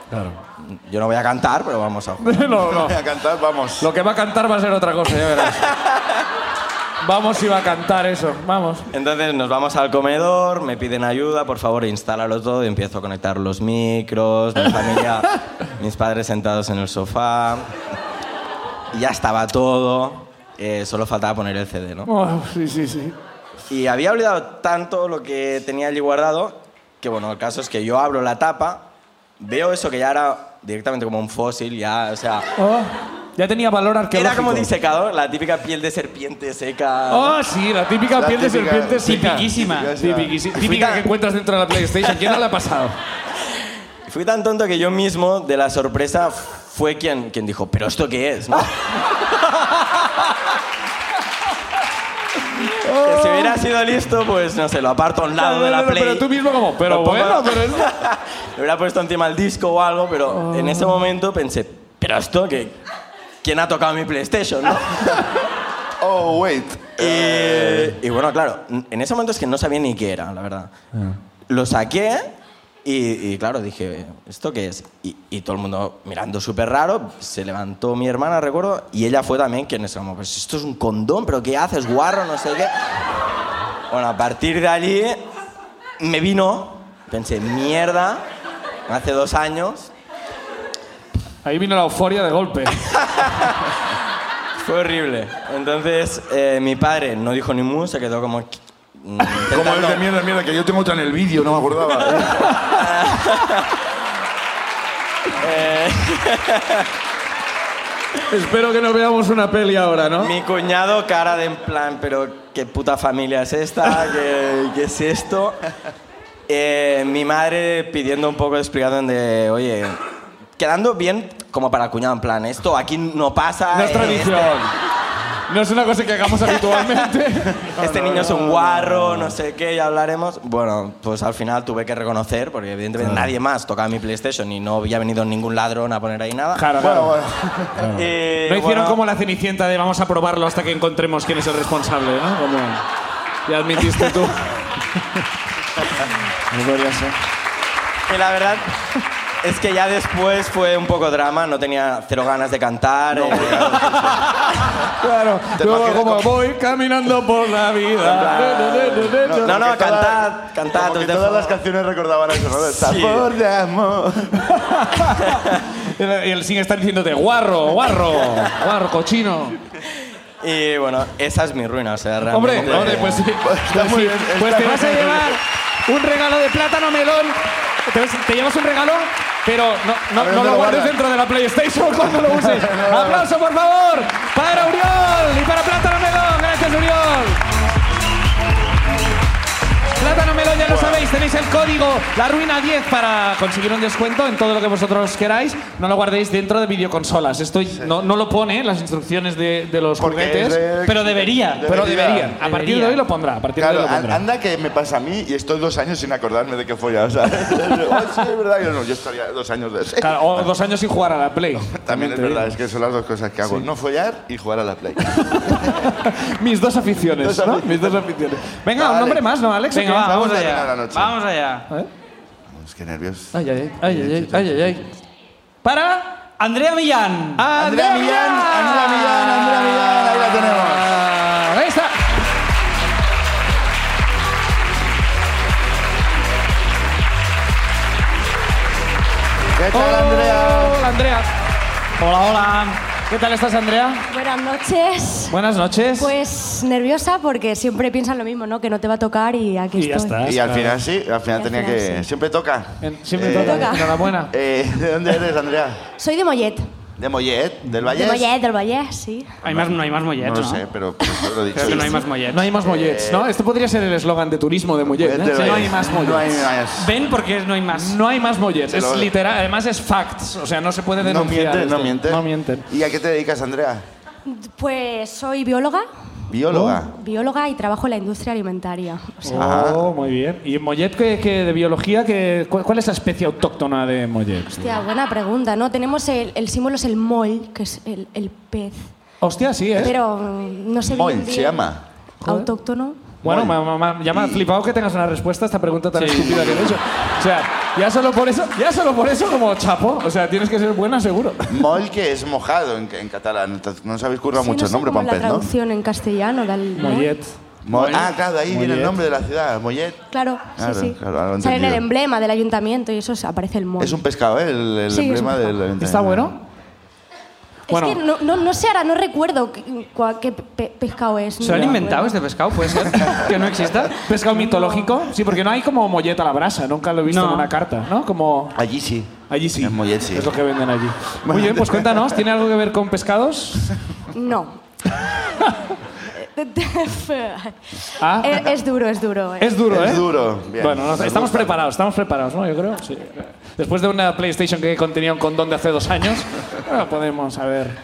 claro.
Yo no voy a cantar, pero vamos a jugar.
No, no.
Voy a cantar, vamos.
Lo que va a cantar va a ser otra cosa, ya verás. Vamos si va a cantar eso, vamos.
Entonces nos vamos al comedor, me piden ayuda, por favor, instálalo todo y empiezo a conectar los micros, mi familia, mis padres sentados en el sofá. Y ya estaba todo. eh, solo faltaba poner el CD, ¿no?
Oh, sí, sí, sí.
Y había olvidado tanto lo que tenía allí guardado que, bueno, el caso es que yo abro la tapa, veo eso que ya era directamente como un fósil, ya, o sea.
Oh, ya tenía valor arqueológico.
Era como disecador, la típica piel de serpiente seca.
Oh, sí, la típica
La
piel de
típica-
serpiente seca.
Tipiquísima.
Ya
Sí,
sea-
piquisi- típica que encuentras dentro de la PlayStation. ¿Quién no la ha pasado?
Fui tan tonto que yo mismo, de la sorpresa, fue quien, quien dijo, ¿pero esto qué es? ¿no? que si hubiera sido listo, pues no sé, lo aparto a un lado de la Play.
Pero tú mismo como, pero
Lo pongo-
bueno, pero es...
Le hubiera puesto encima el disco o algo, pero en
Ah.
ese momento pensé, ¿pero esto qué? ¿Quién ha tocado mi PlayStation? no?"
Oh, wait.
Eh,
Eh, y, y bueno, claro, en ese momento es que no sabía ni qué era, la verdad.
Ah.
Lo saqué y, y claro, dije, ¿esto qué es? Y, y todo el mundo mirando súper raro, se levantó mi hermana, recuerdo, y ella fue también quien es como, pues esto es un condón, pero ¿qué haces, guarro? No sé qué. Bueno, a partir de allí me vino, pensé, mierda, hace dos años,
Ahí vino la euforia de golpe.
Fue horrible. Entonces, eh, mi padre no dijo ni mu, se quedó como... mm,
Como el
intentando-
de mierda, mierda, que yo tengo otra en el vídeo, no me acordaba.
Espero que no veamos una peli ahora, ¿no?
Mi cuñado, cara de en plan, pero qué puta familia es esta, qué, qué es esto. Eh, mi madre pidiendo un poco de explicación de, oye, quedando bien como para cuñado, en plan, esto aquí no pasa.
No es
eh,
tradición. No es una cosa que hagamos habitualmente.
Este niño es un guarro, no sé qué, ya hablaremos. Bueno, pues al final tuve que reconocer, porque evidentemente nadie más tocaba mi PlayStation y no había venido ningún ladrón a poner ahí nada.
Claro,
bueno,
claro.
bueno.
Eh,
No hicieron
bueno,
como la cenicienta de vamos a probarlo hasta que encontremos quién es el responsable, ¿no? Como ya admitiste tú.
Y la verdad es que ya después fue un poco drama, no tenía cero ganas de cantar. eh,
Claro.
¿Te
Luego
imaginas
como
cómo-
voy caminando por la vida.
No,
no,
como que
cantad,
toda-
cantad,
Como que
os dejo.
todas las canciones recordaban eso, ¿no? El Sabor de amor.
Y el sin estar diciéndote guarro, guarro, guarro, cochino.
y bueno, esa es mi ruina, o sea, realmente.
Hombre, hombre, pues sí.
Está muy bien.
Pues
está
te
muy
vas a
bien.
llevar un regalo de plátano melón. Te, vas- te llevas un regalo, pero no,
A
no,
ver
no
dónde
lo
lo
guardes
guardas.
dentro de la PlayStation cuando lo uses. ¡Aplauso, por favor! Para Uriol y para Plátano Melón. Gracias, Uriol.
Plátano Melón, ya lo sabéis, tenéis el código La Ruina 10 para conseguir un descuento en todo lo que vosotros queráis. No lo guardéis dentro de videoconsolas. Esto no, no lo pone en las instrucciones de, de los
Porque es
juguetes,
de-
pero debería.
de-
Pero
Debería.
debería. A partir de
Debería.
hoy lo pondrá. A partir de
Claro,
hoy lo
an-
pondrá.
anda que me pasa a mí y estoy dos años sin acordarme de qué follaba. O sea, oh, sí, es verdad. Yo, no, yo estaría dos años de
Claro, o dos años sin jugar a la Play.
También es
te
verdad, es que son las dos cosas que hago. No follar y jugar a la play.
digo. Mis dos aficiones,
Dos
¿no? Mis
aficiones.
dos aficiones.
Venga, un
Vale.
nombre más, ¿no, Alex?
Venga,
¿O qué?
va, vamos
Vamos a
allá.
llegar a la noche.
Vamos allá.
Es que nervios.
Ay, ay, ay, ay, ay, ay, ay, ay.
Para Andrea Millán.
Andrea Millán, Andrea Millán, Andrea Millán, ahí la tenemos.
Ah, Ahí está.
¿Qué tal,
Oh.
Andrea?
Hola, Andrea.
Hola, hola.
¿Qué tal estás, Andrea?
Buenas noches.
Buenas noches.
Pues nerviosa porque siempre piensan lo mismo, ¿no? Que no te va a tocar y aquí
Y ya
estoy.
está.
Y al final sí, al final
Y al
tenía
final
que.
sí.
Siempre toca.
En- Siempre
Eh,
toca.
toca.
Enhorabuena.
Eh, ¿De dónde eres, Andrea?
Soy de Mollet.
¿De Mollet? ¿Del Valle?
De Mollet, del Vallés, sí.
Hay más, no hay más mollets,
No
¿no?
lo sé, pero por eso lo he dicho.
Creo que no hay más mollets.
No hay más mollets, ¿no? Este podría ser el eslogan de turismo de Mollet.
Mollet
¿eh?
del
Sí, no
Valle.
hay más
Pues, No hay
mollets.
más.
Ven porque no hay más.
No hay más mollets.
lo-
Es literal. Además, es facts. O sea, no se puede
No
denunciar.
mienten, no
esto.
mienten.
No mienten.
¿Y a qué te dedicas, Andrea?
Pues soy bióloga
Bióloga.
Bióloga y trabajo en la industria alimentaria. O sea,
Oh, muy bien. ¿Y en Mollet qué, qué de biología? Qué, cu- ¿Cuál es la especie autóctona de Mollet?
hostia, buena pregunta, ¿no? Tenemos el, el símbolo es el mol, que es el, el pez.
Hostia, sí, ¿eh?
Pero mm, no sé bien.
Mol, se
bien.
llama.
Autóctono.
Bueno, ma- ma- ma- ya me ha flipado que tengas una respuesta a esta pregunta tan
Sí.
estúpida que he hecho. O sea, ya solo por eso, ya solo por eso como chapo. O sea, tienes que ser buena seguro.
Mol que es mojado en, en catalán. Entonces, No os habéis currado
Sí,
mucho
no
el
sé
nombre,
cómo es
Pampés,
la
¿no?
traducción en castellano del mol.
Mollet.
Mol- Ah, claro, ahí viene el
Mollet.
nombre de la ciudad, Mollet.
Claro,
Claro,
sí, sí.
claro, ahora lo he
Sale en el
entendido.
emblema del ayuntamiento y eso es- aparece el mol.
Es un pescado, ¿eh? El, el
Sí, es un
emblema
pescado.
del ayuntamiento.
¿Está bueno? Bueno.
Es que no, no, no sé ahora, no recuerdo qué, cua- qué pe- pescado es.
¿Se lo han
ni me
inventado
acuerdo.
este pescado? ¿Puede ser? ¿Que no exista?
¿Pescado mitológico? Sí, porque no hay como Mollet a la brasa. Nunca lo he visto
No.
en una carta, ¿no? Como...
Allí sí.
Allí sí.
En Mollet sí.
Es lo que venden allí. Muy bien, pues cuéntanos, ¿tiene algo que ver con pescados?
No.
Ah.
Eh,
es, Eh, es duro, es duro. eh.
Es duro, ¿eh?
Es duro. Bien.
Bueno, no sé,
Me
estamos
gusta.
preparados, estamos preparados, ¿no? Yo creo, sí. Después de una PlayStation que contenía un condón de hace dos años, ahora podemos saber.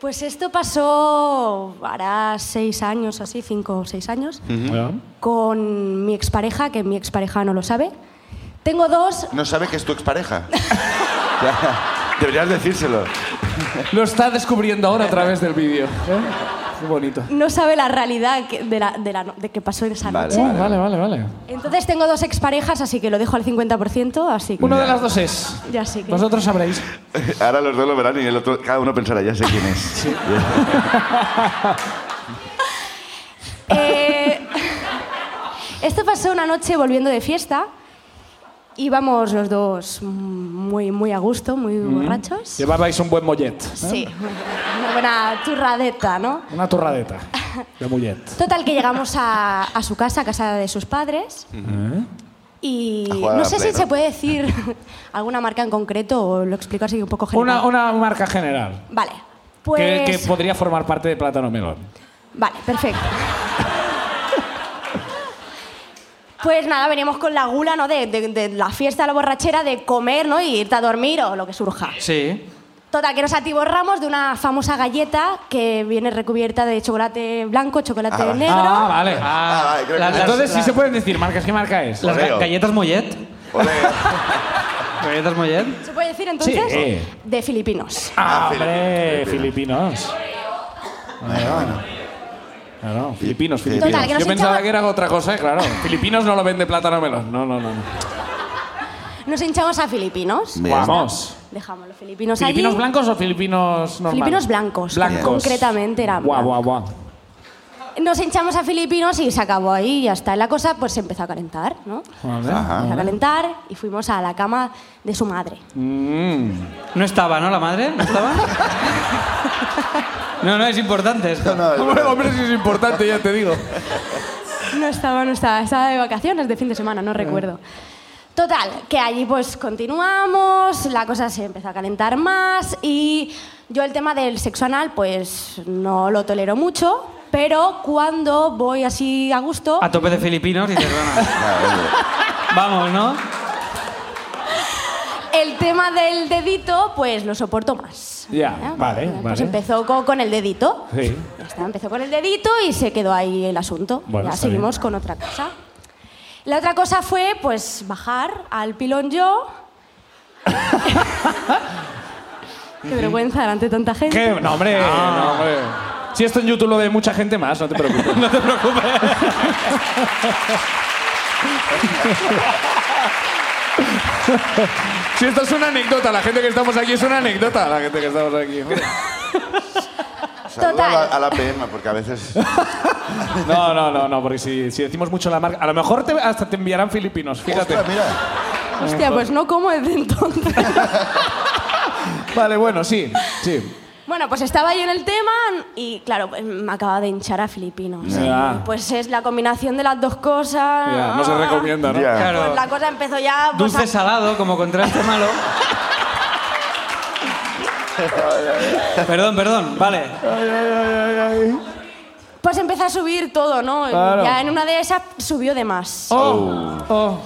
Pues esto pasó hará seis años o así, cinco o seis años,
Mm.
con mi expareja, que mi expareja no lo sabe. Tengo dos,
No sabe que es tu expareja. Ya, Deberías decírselo.
Lo está descubriendo ahora a través del vídeo. ¿eh? Qué bonito.
no sabe la realidad que- de, la, de, la no- de que pasó en esa
Vale,
noche.
Vale,
vale.
vale, vale.
Entonces tengo dos exparejas, así que lo dejo al 50%, así que
Uno de Pues las dos es.
ya sé que...
Vosotros sabréis.
Ahora los dos lo verán y el otro, cada uno pensará, ya sé quién es.
Eh, esto pasó una noche volviendo de fiesta. Íbamos los dos muy, muy a gusto, muy borrachos.
Llevabais un buen mollet.
Sí, una buena turradeta, ¿no?
Una torradeta de mollet.
Total, que llegamos a, a su casa, a casa de sus padres.
¿eh?
Y
Mm. A jugar a
no
la
sé
Play,
si se
¿no?
puede decir alguna marca en concreto o lo explico así un poco general.
Una, una marca general.
Vale,
que-
pues...
Que, podría formar parte de Plátano Melón.
Vale, perfecto. Pues nada, veníamos con la gula, ¿no? De, de- de la fiesta, la borrachera, de comer, ¿no? Y irte a dormir o lo que surja.
Sí.
Total, que nos atiborramos de una famosa galleta que viene recubierta de chocolate blanco, chocolate
Ah,
negro.
Ah, vale.
Ah, vale, creo que-
las-
Entonces sí
las-
se pueden decir marcas. ¿Qué marca es?
Las
Oreo.
ga- galletas Mollet.
Ole.
¿Galletas Mollet?
¿Se puede decir entonces?
Sí.
De filipinos.
Ah, hombre, filipinos. Claro, filipinos, filipinos.
Total, que nos
Yo pensaba
hinchaba-
que era otra cosa, ¿eh? claro. filipinos no lo vende plátano melón. No, no, no. no.
Nos hinchamos a filipinos.
Bien.
Vamos.
Dejamos los filipinos,
¿Filipinos
Pues allí.
blancos o filipinos normales?
Filipinos blancos.
Blancos.
Concretamente eran
Guau, guau, guau.
Nos hinchamos a filipinos y se acabó ahí y ya está. La cosa pues se empezó a calentar, ¿no?
Ah, Vale.
Empezó a calentar y fuimos a la cama de su madre.
Mm.
No estaba, ¿no? La madre, ¿no estaba? No, no, es importante esto.
No, es
Hombre, hombre, sí es importante, ya te digo.
No estaba, no estaba, estaba de vacaciones, de fin de semana, no recuerdo. Total, que allí pues continuamos, la cosa se empezó a calentar más y yo el tema del sexo anal pues no lo tolero mucho, pero cuando voy así a gusto...
Ah.
A tope de filipinos y dices, bueno, vamos, ¿no?
El tema del dedito, pues lo soporto más.
Ya,
¿Eh?
vale,
Pues
vale.
empezó co- con el dedito.
Sí.
Ya está, empezó con el dedito y se quedó ahí el asunto.
Bueno,
ya
está
seguimos con otra cosa. La otra cosa fue, pues, bajar al pilón yo. Qué vergüenza delante de tanta gente.
¿Qué? No, hombre. no, hombre. Si esto en YouTube lo ve mucha gente más, no te preocupes. no te preocupes. si esto es una anécdota, la gente que estamos aquí es una anécdota, la gente que estamos aquí.
Saludo A,
Total.
la, a la PM, porque a veces.
No, no, no, no, porque si, si decimos mucho la marca, a lo mejor te- hasta te enviarán filipinos, fíjate.
Ostras, mira.
Hostia, pues no como desde entonces.
Vale, bueno, sí, sí.
Bueno, pues estaba yo en el tema y claro, pues, me acaba de hinchar a filipinos.
Ya.
Y, Pues es la combinación de las dos cosas.
Ya, no se recomienda, ¿no?
Ya.
Pues
Claro.
la cosa empezó ya. pues,
Dulce
a-
salado, como contraste malo. Perdón, perdón, vale.
Pues empezó a subir todo, ¿no?
Claro.
Ya en una de esas subió de más.
Oh, oh.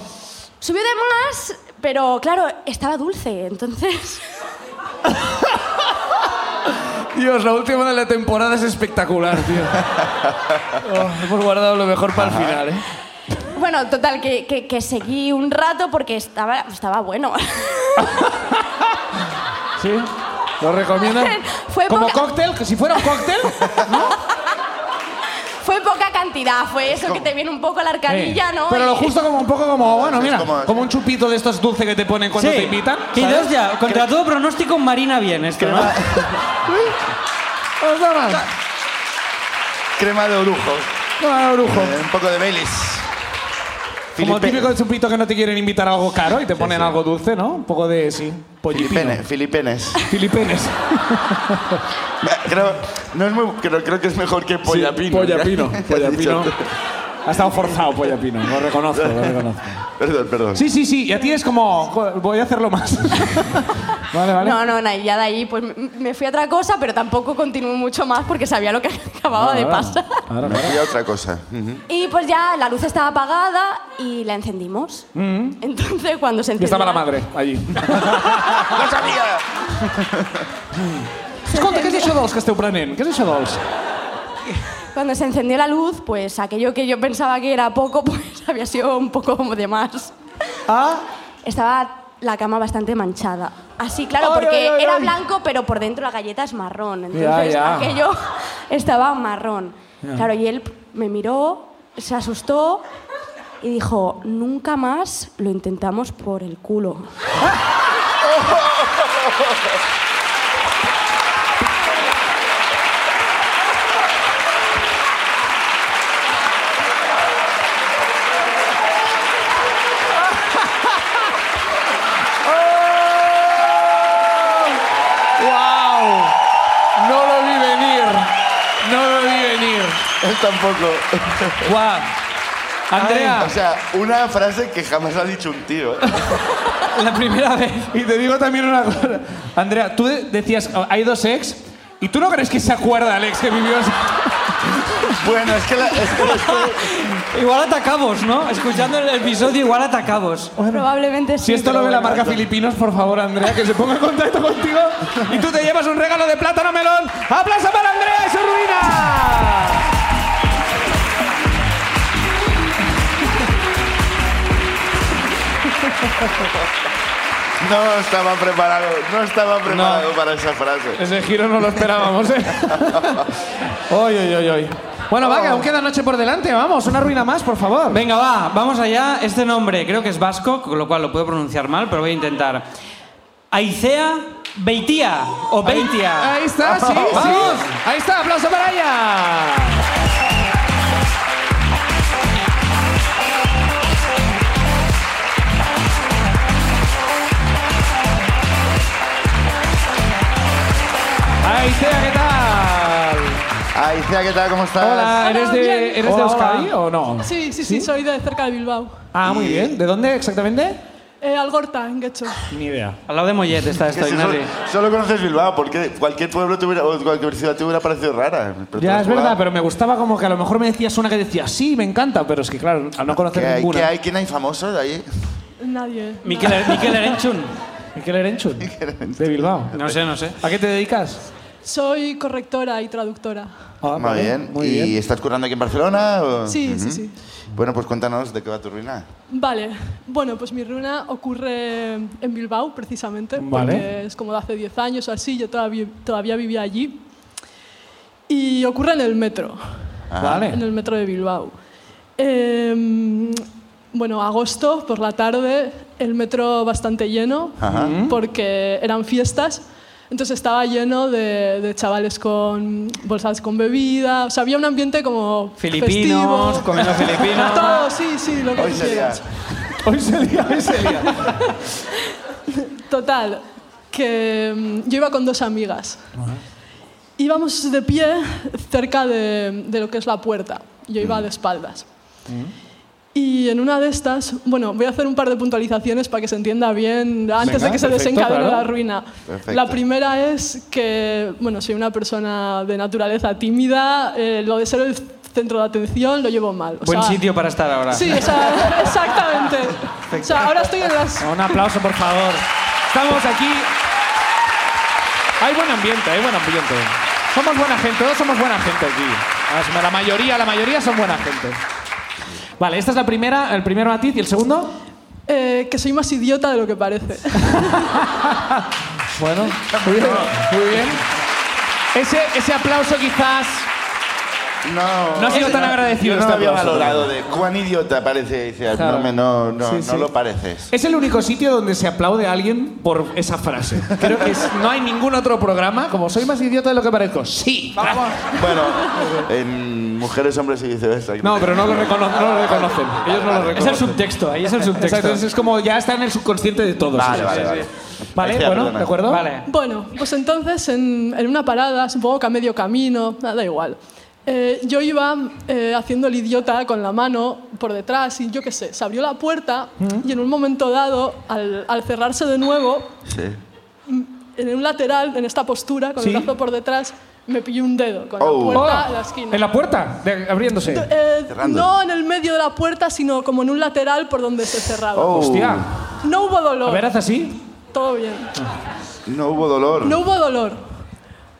Subió de más, pero claro, estaba dulce, entonces.
Ya, Dios, la última de la temporada es espectacular, tío. Oh, hemos guardado lo mejor para el final, ¿eh?
Bueno, total, que, que- que seguí un rato porque estaba, estaba bueno.
¿Sí? ¿Lo recomiendan?
Fue
Como
poca-
cóctel, que si fuera un cóctel.
Fue poca cantidad, fue eso que te viene un poco la arcadilla, ¿no?
Eh, Pero lo
Y-
justo como un poco como, bueno,
Es
mira,
como-
como un chupito de estos dulces que te ponen cuando
Sí.
te invitan.
Que
¿sabes?
dos ya, contra todo pronóstico, Marina bien esto, ¿no?
Pues nada más.
Crema de orujo.
Ah, brujo.
Eh, un poco de Baileys.
Como
Eh, Filipe-
típico chupito que no te quieren invitar a algo caro y te ponen algo dulce, ¿no? Un poco de, sí, pollipino.
Filipene- Filipenes.
Filipenes.
Creo, no es muy, creo, creo que es mejor que
Sí,
pollapino.
Pollapino.
Ya- ya has
Pollapino.
dicho.
Ha estado forzado, pollapino. Lo reconozco, lo reconozco.
Perdón, perdón.
Sí, sí, sí. Y a ti es como, "Joder, voy a hacerlo más. vale, vale.
No, no, na- ya de ahí pues me, me fui a otra cosa, pero tampoco continué mucho más porque sabía lo que acababa de
Ahora,
pasar.
ahora,
Me
ahora.
fui a otra cosa. Ujú.
Y pues ya la luz estaba apagada y la encendimos. Entonces cuando se
Mm. Y
encendió...
estaba la madre allí.
¡No sabía!
Escolta, què és això dels que esteu prenent? Què és això dels?
Cuando se encendió la luz, pues aquello que yo pensaba que era poco, pues había sido un poco como de más.
Ah,
Estaba la cama bastante manchada. Así, claro,
Ay,
porque
ay, ay,
era
ay.
blanco, pero por dentro la galleta es marrón. Entonces
ya.
aquello estaba marrón. Claro, y él me miró, se asustó y dijo, nunca más lo intentamos por el culo.
uau! No lo vi venir. No lo vi venir.
Él tampoco.
Guau. Andrea,
O sea, una frase que jamás ha dicho un tío.
la primera vez. Y te digo también una cosa. Andrea, tú de- decías, "Oh, hay dos ex, ¿y tú no crees que se acuerda el ex que vivió así?
Bueno, es que, la, es que la estoy-
Igual atacamos, ¿no? Escuchando el episodio, igual atacamos.
Probablemente sí.
Si esto lo
pero
ve la
bueno.
marca Filipinos, por favor, Andrea, que se ponga en contacto contigo y tú te llevas un regalo de plátano melón. ¡Aplauso para Andrea y su ruina!
no estaba preparado, no estaba preparado para esa frase.
Ese giro no lo esperábamos, ¿eh? oy, oy, oy, oy. Bueno, va, que aún queda noche por delante. Vamos, una ruina más, por favor.
Venga, va, vamos allá. Este nombre creo que es vasco, con lo cual lo puedo pronunciar mal, pero voy a intentar. Aicea Beitia o Beitia.
Ahí está, sí,
Vamos.
sí. Ahí está, aplauso para ella. Ahí está, ¿qué tal?
Aicea, ¿qué tal? ¿Cómo estás?
Hola, ¿eres
bien.
de, eres de
Hola,
Euskadi
hola.
o no?
Sí, sí, sí, soy de cerca de Bilbao.
Ah, muy bien. ¿De dónde exactamente?
Eh, Algorta, en Guecho.
Ni idea.
Al lado de Mollet está
Que
esto,
si solo,
Ignasi.
solo conoces Bilbao, porque cualquier pueblo te hubiera, o cualquier ciudad te hubiera parecido rara. Pero tú
Ya,
has
es verdad,
jugado.
pero me gustaba como que a lo mejor me decías una que decía, sí, me encanta, pero es que claro, al no conocer
¿Qué hay,
ninguna.
qué hay? ¿Quién hay famoso de ahí?
Nadie.
Miquel, Er-, Miquel Erenchun.
Miquel Erenchun, de Bilbao.
No sé, no sé.
¿A qué te dedicas?
Soy correctora y traductora.
Ah,
muy
vale,
bien.
Muy
¿Y
bien.
estás currando aquí en Barcelona? o?
Sí, sí,
Ujú.
sí.
Bueno, pues cuéntanos de qué va tu ruina.
Vale, bueno, pues mi runa ocurre en Bilbao, precisamente,
Vale.
porque es como de hace 10 años o así, yo todavía, todavía vivía allí. Y ocurre en el metro,
Ah.
en
Vale.
el metro de Bilbao. Em, bueno, agosto, por la tarde, el metro bastante lleno,
Ajá.
porque eran fiestas. Entonces estaba lleno de, de chavales con bolsas con bebida. O sea, había un ambiente como
Filipinos,
festivo.
comiendo filipinos.
Todo, sí, sí, lo que
Hoy sería.
quieras.
Hoy se lía, hoy se lía.
Total, que mm, yo iba con dos amigas. Íbamos de pie cerca de, de lo que es la puerta. Yo iba de espaldas. Y en una de estas, bueno, voy a hacer un par de puntualizaciones para que se entienda bien antes
Venga,
de que se
perfecto,
desencadene
claro.
la ruina.
Perfecto.
La primera es que, bueno, soy una persona de naturaleza tímida, eh, lo de ser el centro de atención lo llevo mal. O
Buen
sea,
sitio para estar ahora.
Sí, o sea, exactamente. O sea, ahora estoy en las
Un aplauso, por favor. Estamos aquí. Hay buen ambiente, hay buen ambiente. Somos buena gente, todos somos buena gente aquí. La mayoría, la mayoría son buena gente. Vale, esta es la primera, el primer matiz y el segundo.
Eh, que soy más idiota de lo que parece.
Bueno, muy bien. Muy bien. Ese, ese aplauso quizás
No,
no ha sido tan agradecido.
Yo no
este
había
aplauso.
valorado de cuán idiota parece. Dices,
Claro.
no, me, no, no,
Sí, sí.
no lo pareces.
Es el único sitio donde se aplaude a alguien por esa frase. Creo que es- no hay ningún otro programa como soy más idiota de lo que parezco. Sí. Vamos.
Bueno, en mujeres, hombres y viceversa.
No, pero no lo, recono- no lo reconocen. Ellos no lo
Es
reconocen.
el subtexto, ahí es el subtexto.
Exacto, es como ya está en el subconsciente de todos.
Vale,
Sí,
vale,
sí,
vale.
sí. Vale,
Hostia,
bueno,
perdona.
¿de acuerdo?
Vale.
Bueno, pues entonces en, en una parada, supongo que a medio camino, nada, da igual. eh, yo iba eh, haciendo el idiota con la mano por detrás y yo qué sé, se abrió la puerta
Mm.
y en un momento dado, al, al cerrarse de nuevo,
Sí.
en un lateral, en esta postura, con
Sí.
el brazo por detrás, me pilló un dedo con
Oh.
la puerta
Oh,
a la esquina.
en la puerta, de- abriéndose.
Uh.
Eh,
Cerrando.
no en el medio de la puerta, sino como en un lateral por donde se cerraba.
Oh.
Hostia.
No hubo dolor.
A ver, haz así.
Todo bien.
No hubo dolor.
No hubo dolor.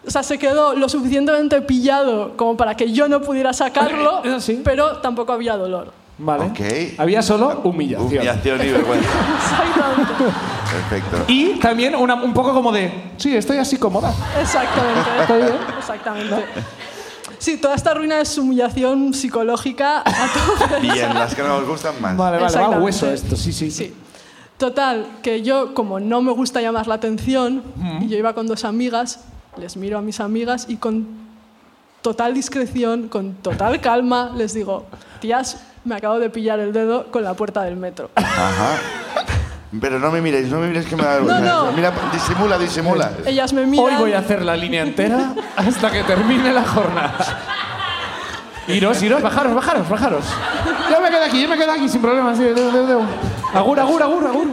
O sea, se quedó lo suficientemente pillado como para que yo no pudiera sacarlo,
Eh, eh, sí.
pero tampoco había dolor.
Vale.
Ok.
Había solo humillación.
Humillación y vergüenza.
Exactamente.
Perfecto.
Y también una- un poco como de, sí, estoy así cómoda.
Exactamente. Exactamente. Sí, toda esta ruina es humillación psicológica a todos.
Bien, las que nos gustan más.
Vale, vale, va a
Exactamente.
hueso esto, sí, sí.
Sí. Total, que yo, como no me gusta llamar la atención, y yo iba con dos amigas, les miro a mis amigas y con total discreción, con total calma, les digo, tías, me acabo de pillar el dedo con la puerta del metro.
Ajá. Pero no me miréis, no me miréis que me da vergüenza.
no.
Mira, disimula, disimula.
Ellas me miran...
Hoy voy a hacer la línea entera hasta que termine la jornada. Iros, iros, bajaros, bajaros, bajaros. Yo me quedo aquí, yo me quedo aquí sin problemas. sí, deu, deu, deu. Agur, agur, agur, agur.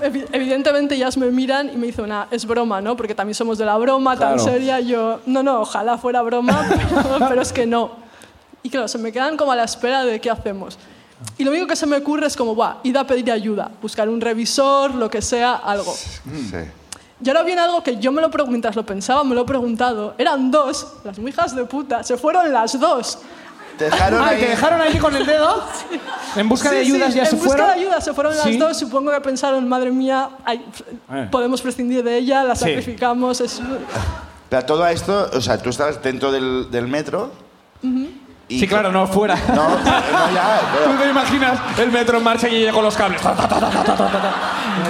Evi- Evidentemente ellas me miran y me dicen, una, es broma, ¿no? Porque también somos de la broma, tan
Claro.
seria. Yo, no, no, ojalá fuera broma, pero, pero es que no. Y claro, se me quedan como a la espera de qué hacemos. Y lo único que se me ocurre es como, va, ir a pedir ayuda, buscar un revisor, lo que sea, algo.
Mm. Sí.
Y ahora viene algo que yo me lo pregunto, mientras lo pensaba, me lo he preguntado. Eran dos, las hijas de puta, se fueron las dos.
Te dejaron
Ah,
ahí.
¿te dejaron allí con el dedo? En busca de
Sí, sí,
ayudas ya
en
se
busca
fueron.
de ayuda se fueron las
Sí.
dos. Supongo que pensaron, madre mía, ay,
Eh.
podemos prescindir de ella, la
Sí.
sacrificamos. Es...
Pero todo a esto, o sea, tú estabas dentro del, del metro. y-
Sí, claro, no, fuera.
No, no, ya.
Tú
pero-
te imaginas el metro en marcha y ella con los cables. Ta, ta, ta, ta, ta, ta, ta, ta.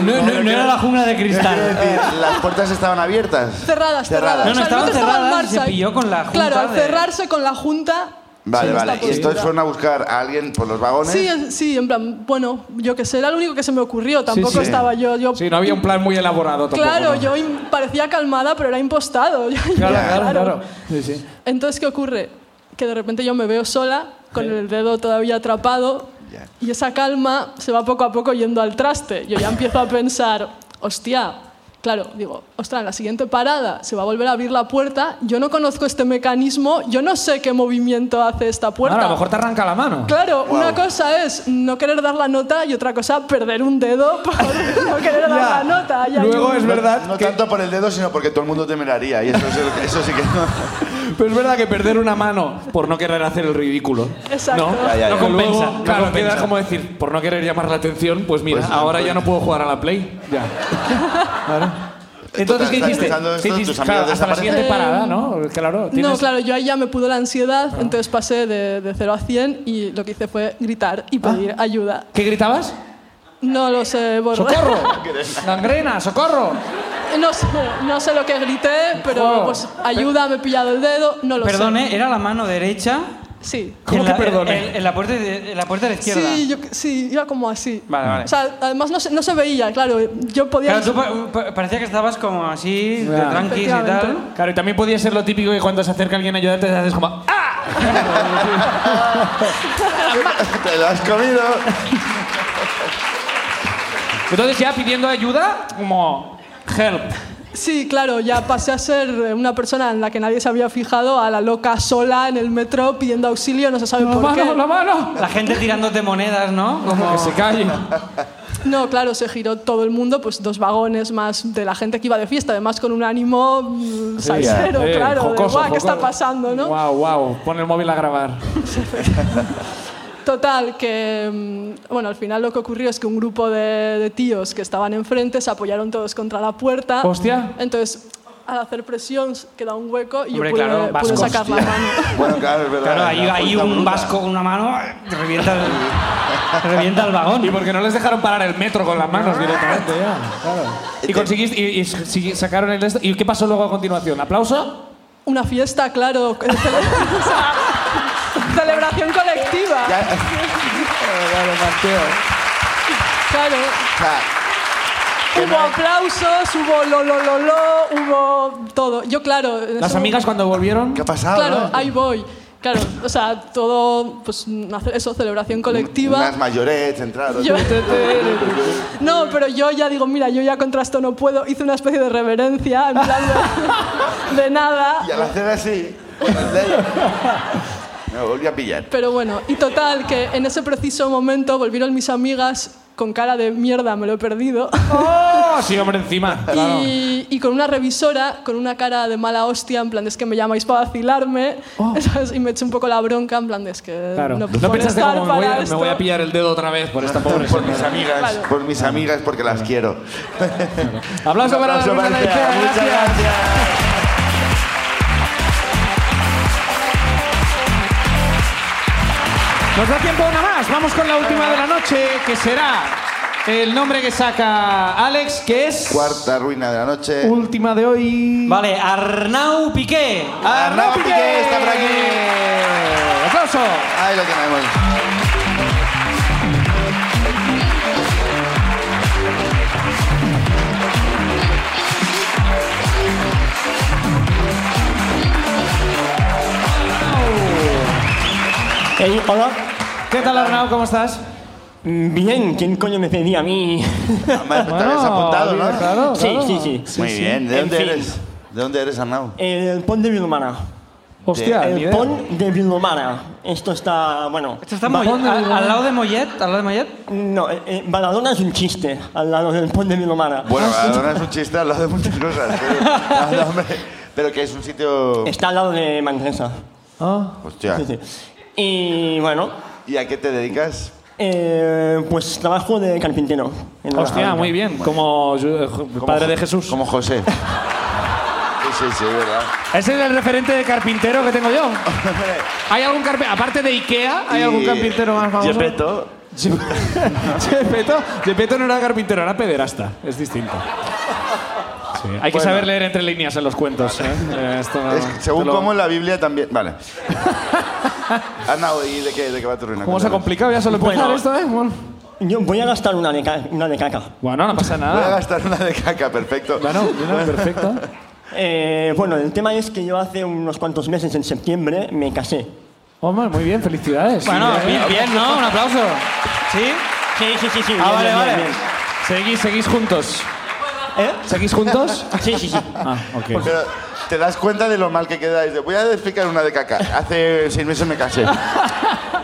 No, no- no era la jungla de
Quiero
cristal.
decir, las puertas estaban abiertas.
Cerradas, cerradas.
Cerradas.
No, no,
O sea,
estaban
te estaba en
cerradas y se
marcha.
pilló con la junta
Claro, al
de-
cerrarse con la junta.
Vale,
sí,
vale. Y
está
entonces
prohibida.
fueron a buscar a alguien por los
Eh.
vagones.
Sí, es- sí, en plan, bueno, yo qué sé, era lo único que se me ocurrió. Tampoco
sí.
estaba yo. yo
Sí, no había un plan muy elaborado tampoco.
claro,
¿no?
yo im- parecía calmada, pero era impostado. Yo-
Claro,
Ya.
claro, claro. Sí, sí.
Entonces, ¿qué ocurre? Que de repente yo me veo sola, con el dedo todavía atrapado,
Ya.
y esa calma se va poco a poco yendo al traste. Yo ya empiezo a pensar, hostia, claro, digo, ostras, en la siguiente parada se va a volver a abrir la puerta, yo no conozco este mecanismo, yo no sé qué movimiento hace esta puerta.
Ahora, a lo mejor te arranca la mano.
Claro,
Wow.
una cosa es no querer dar la nota y otra cosa perder un dedo por no querer dar la nota. Ahí hay
Luego
un-
es
No-
verdad
No
que-
tanto por el dedo, sino porque todo el mundo te miraría. Y eso, es el- eso sí que no.
Pero es verdad que perder una mano por no querer hacer el ridículo.
Exacto.
No,
Ya, ya,
No
ya.
compensa.
Luego, no
claro,
compensa.
queda como decir, por no querer llamar la atención, pues mira,
Pues,
ahora
pues-
ya no puedo jugar a la Play. Ya. Claro. Entonces,
Total,
¿qué
estás
hiciste?
pensando esto,
¿Qué
tus
hiciste?
amigos
Claro, hasta la
desaparecen.
siguiente parada, ¿no? Claro, tienes-
No, claro, yo ahí ya me pudo la ansiedad,
Ah.
entonces pasé de, de 0 a 100 y lo que hice fue gritar y pedir
Ah.
ayuda.
¿Qué gritabas?
No lo sé, borré.
¡Socorro! ¡Gangrena! ¡Socorro!
No sé, no sé lo que grité, pero
Joder.
pues ayuda, me he pillado el dedo, no lo sé.
Perdone, era la mano derecha.
Sí.
¿Cómo
en
que
la-
perdone?
En, en la puerta de, en la puerta de la izquierda.
Sí, yo- sí, iba como así.
Vale, vale.
O sea, además no se, no se veía, claro, yo podía...
Claro, tú pa- pa- parecía que estabas como así, de
Ya.
tranquis y tal.
Efectivamente.
Claro, y también podía ser lo típico que cuando se acerca alguien a ayudarte, te haces como... ¡Ah!
te lo has comido.
Entonces ya pidiendo ayuda, como... Help.
Sí, claro, ya pasé a ser eh, una persona en la que nadie se había fijado, a la loca sola en el metro pidiendo auxilio, no se sabe
¡La
por qué.
mano, la mano!
La gente tirándote monedas, ¿no? Como
Que se calle.
No, claro, se giró todo el mundo, pues dos vagones más de la gente que iba de fiesta, además con un ánimo mm, salsero,
Eh,
claro, de,
jocoso,
"Guau, ¿qué está
jocoso".
pasando, no?
Guau, guau. Pon el móvil a grabar.
Total, que mm, bueno, al final lo que ocurrió es que un grupo de, de tíos que estaban enfrente se apoyaron todos contra la puerta.
Hostia.
Entonces, al hacer presión, queda un hueco y
Hombre,
yo pude,
claro,
pude
vascos.
sacar la mano.
Bueno, claro, es verdad.
Claro, ahí,
la
ahí
puerta
un
bruta.
vasco con una mano te revienta el, te revienta el
Y
vagón.
porque no les dejaron parar el metro con las
Ah,
manos directamente ya. Claro. Y conseguiste. Y, y si- sacaron el esto. ¿Y qué pasó luego a continuación? ¿Aplauso?
Una fiesta, claro. cele- o sea, celebración colectiva.
Ya, eh,
Claro.
o sea, que
Hubo
no-
aplausos, hubo lo, lo, lo, lo, hubo todo. Yo, claro. en
Las
ese
amigas cuando volvieron.
¿Qué ha pasado?
Claro,
no?
ahí voy. Claro, o sea, todo, pues una- eso, celebración colectiva.
Unas mayorets entraron.
Yo- no, pero yo ya digo, mira, yo ya contra esto no puedo. Hice una especie de reverencia, en plan de, de nada.
Y al hacer así, con el dedo, me volví a pillar.
Pero bueno, y total, que en ese preciso momento volvieron mis amigas con cara de mierda, me lo he perdido.
¡Oh! Sí, hombre, encima. Claro.
Y, y con una revisora, con una cara de mala hostia, en plan, de, es que me llamáis para vacilarme. ¿sabes? Y me eché un poco la bronca, en plan, de, es que
Oh. Claro.
no,
No,
puedo
pensaste
estar
como me
para
voy, a- me
esto".
voy a pillar el dedo otra vez por esta pobre
por mis
señora.
amigas,
Claro.
por mis amigas porque las quiero.
Aplauso para la
Aplauso
Lorena
para
Leicea,
ella, muchas
gracias.
gracias.
Nos da tiempo a una más. Vamos con la última de la noche, que será el nombre que saca Alex, que es.
Cuarta ruina de la noche.
Última de hoy.
Vale, Arnau Piqué.
Arnau Piqué está por aquí.
¡Aplauso!
Ahí lo tenemos.
Hey, hola.
¿Qué tal, Arnau? ¿Cómo estás?
Mm, Bien, ¿quién coño me pedía a mí?
Además, te habías apuntado, ¿no?
Claro,
sí,
claro.
sí, sí,
Muy bien. ¿De
En
dónde
fin.
eres? ¿De dónde eres, Arnau? Eh,
El pon de Vilomara.
Hostia, ni
El
idea.
pon de Vilomara. Esto está, bueno...
Esto está en Mollet,
¿dónde,
al,
dónde?
al lado de Mollet, al lado de Mollet.
No, eh, eh, Badalona es un chiste al lado del pon de Vilomara.
Bueno,
Ah,
Badalona es un chiste al lado de muchas cosas. Pero, no, no, hombre. Pero que es un sitio...
Está al lado de Manresa.
Hostia.
Sí, sí. Y bueno,
¿Y a qué te dedicas?
eh, pues trabajo de carpintero. en una
Hostia,
fábrica.
muy bien. Como yo- eh, padre de Jesús.
Como José. Sí, sí, sí, es verdad.
Ese es el referente de carpintero que tengo yo. ¿Hay algún carpintero? Aparte de Ikea, ¿hay
Y-
algún carpintero más famoso?
Gepetto.
Gepetto. Gepetto no era carpintero, era pederasta. Es distinto. Sí, Hay que saber leer entre líneas en los cuentos. ¿eh? Eh, esto no-
Es- según
te lo-
como en la Biblia también. Vale. Arnau, ¿y de qué, de qué va tu ruina?
¿Cómo se ha
Cuéntanos.
complicado ya solo empezar
Bueno.
esto? eh? Bueno.
Yo voy a gastar una de, ca- una de caca.
Bueno, no pasa
Voy a
nada.
gastar una de caca, perfecto.
Bueno, bueno, perfecto.
Eh, bueno, el tema es que yo hace unos cuantos meses, en septiembre, me casé.
Hombre, muy bien, felicidades.
Bueno, bien, bien, ¿no? Un aplauso. ¿Sí?
Sí, sí, sí, sí.
Ah, vale,
bien, bien,
vale.
bien,
Seguís, seguís juntos.
¿Eh?
¿Seguís juntos?
bien. Sí, sí, sí.
Ah, ok.
Pero te das cuenta de lo mal que quedáis. De, voy a explicar una de caca. Hace seis meses me casé.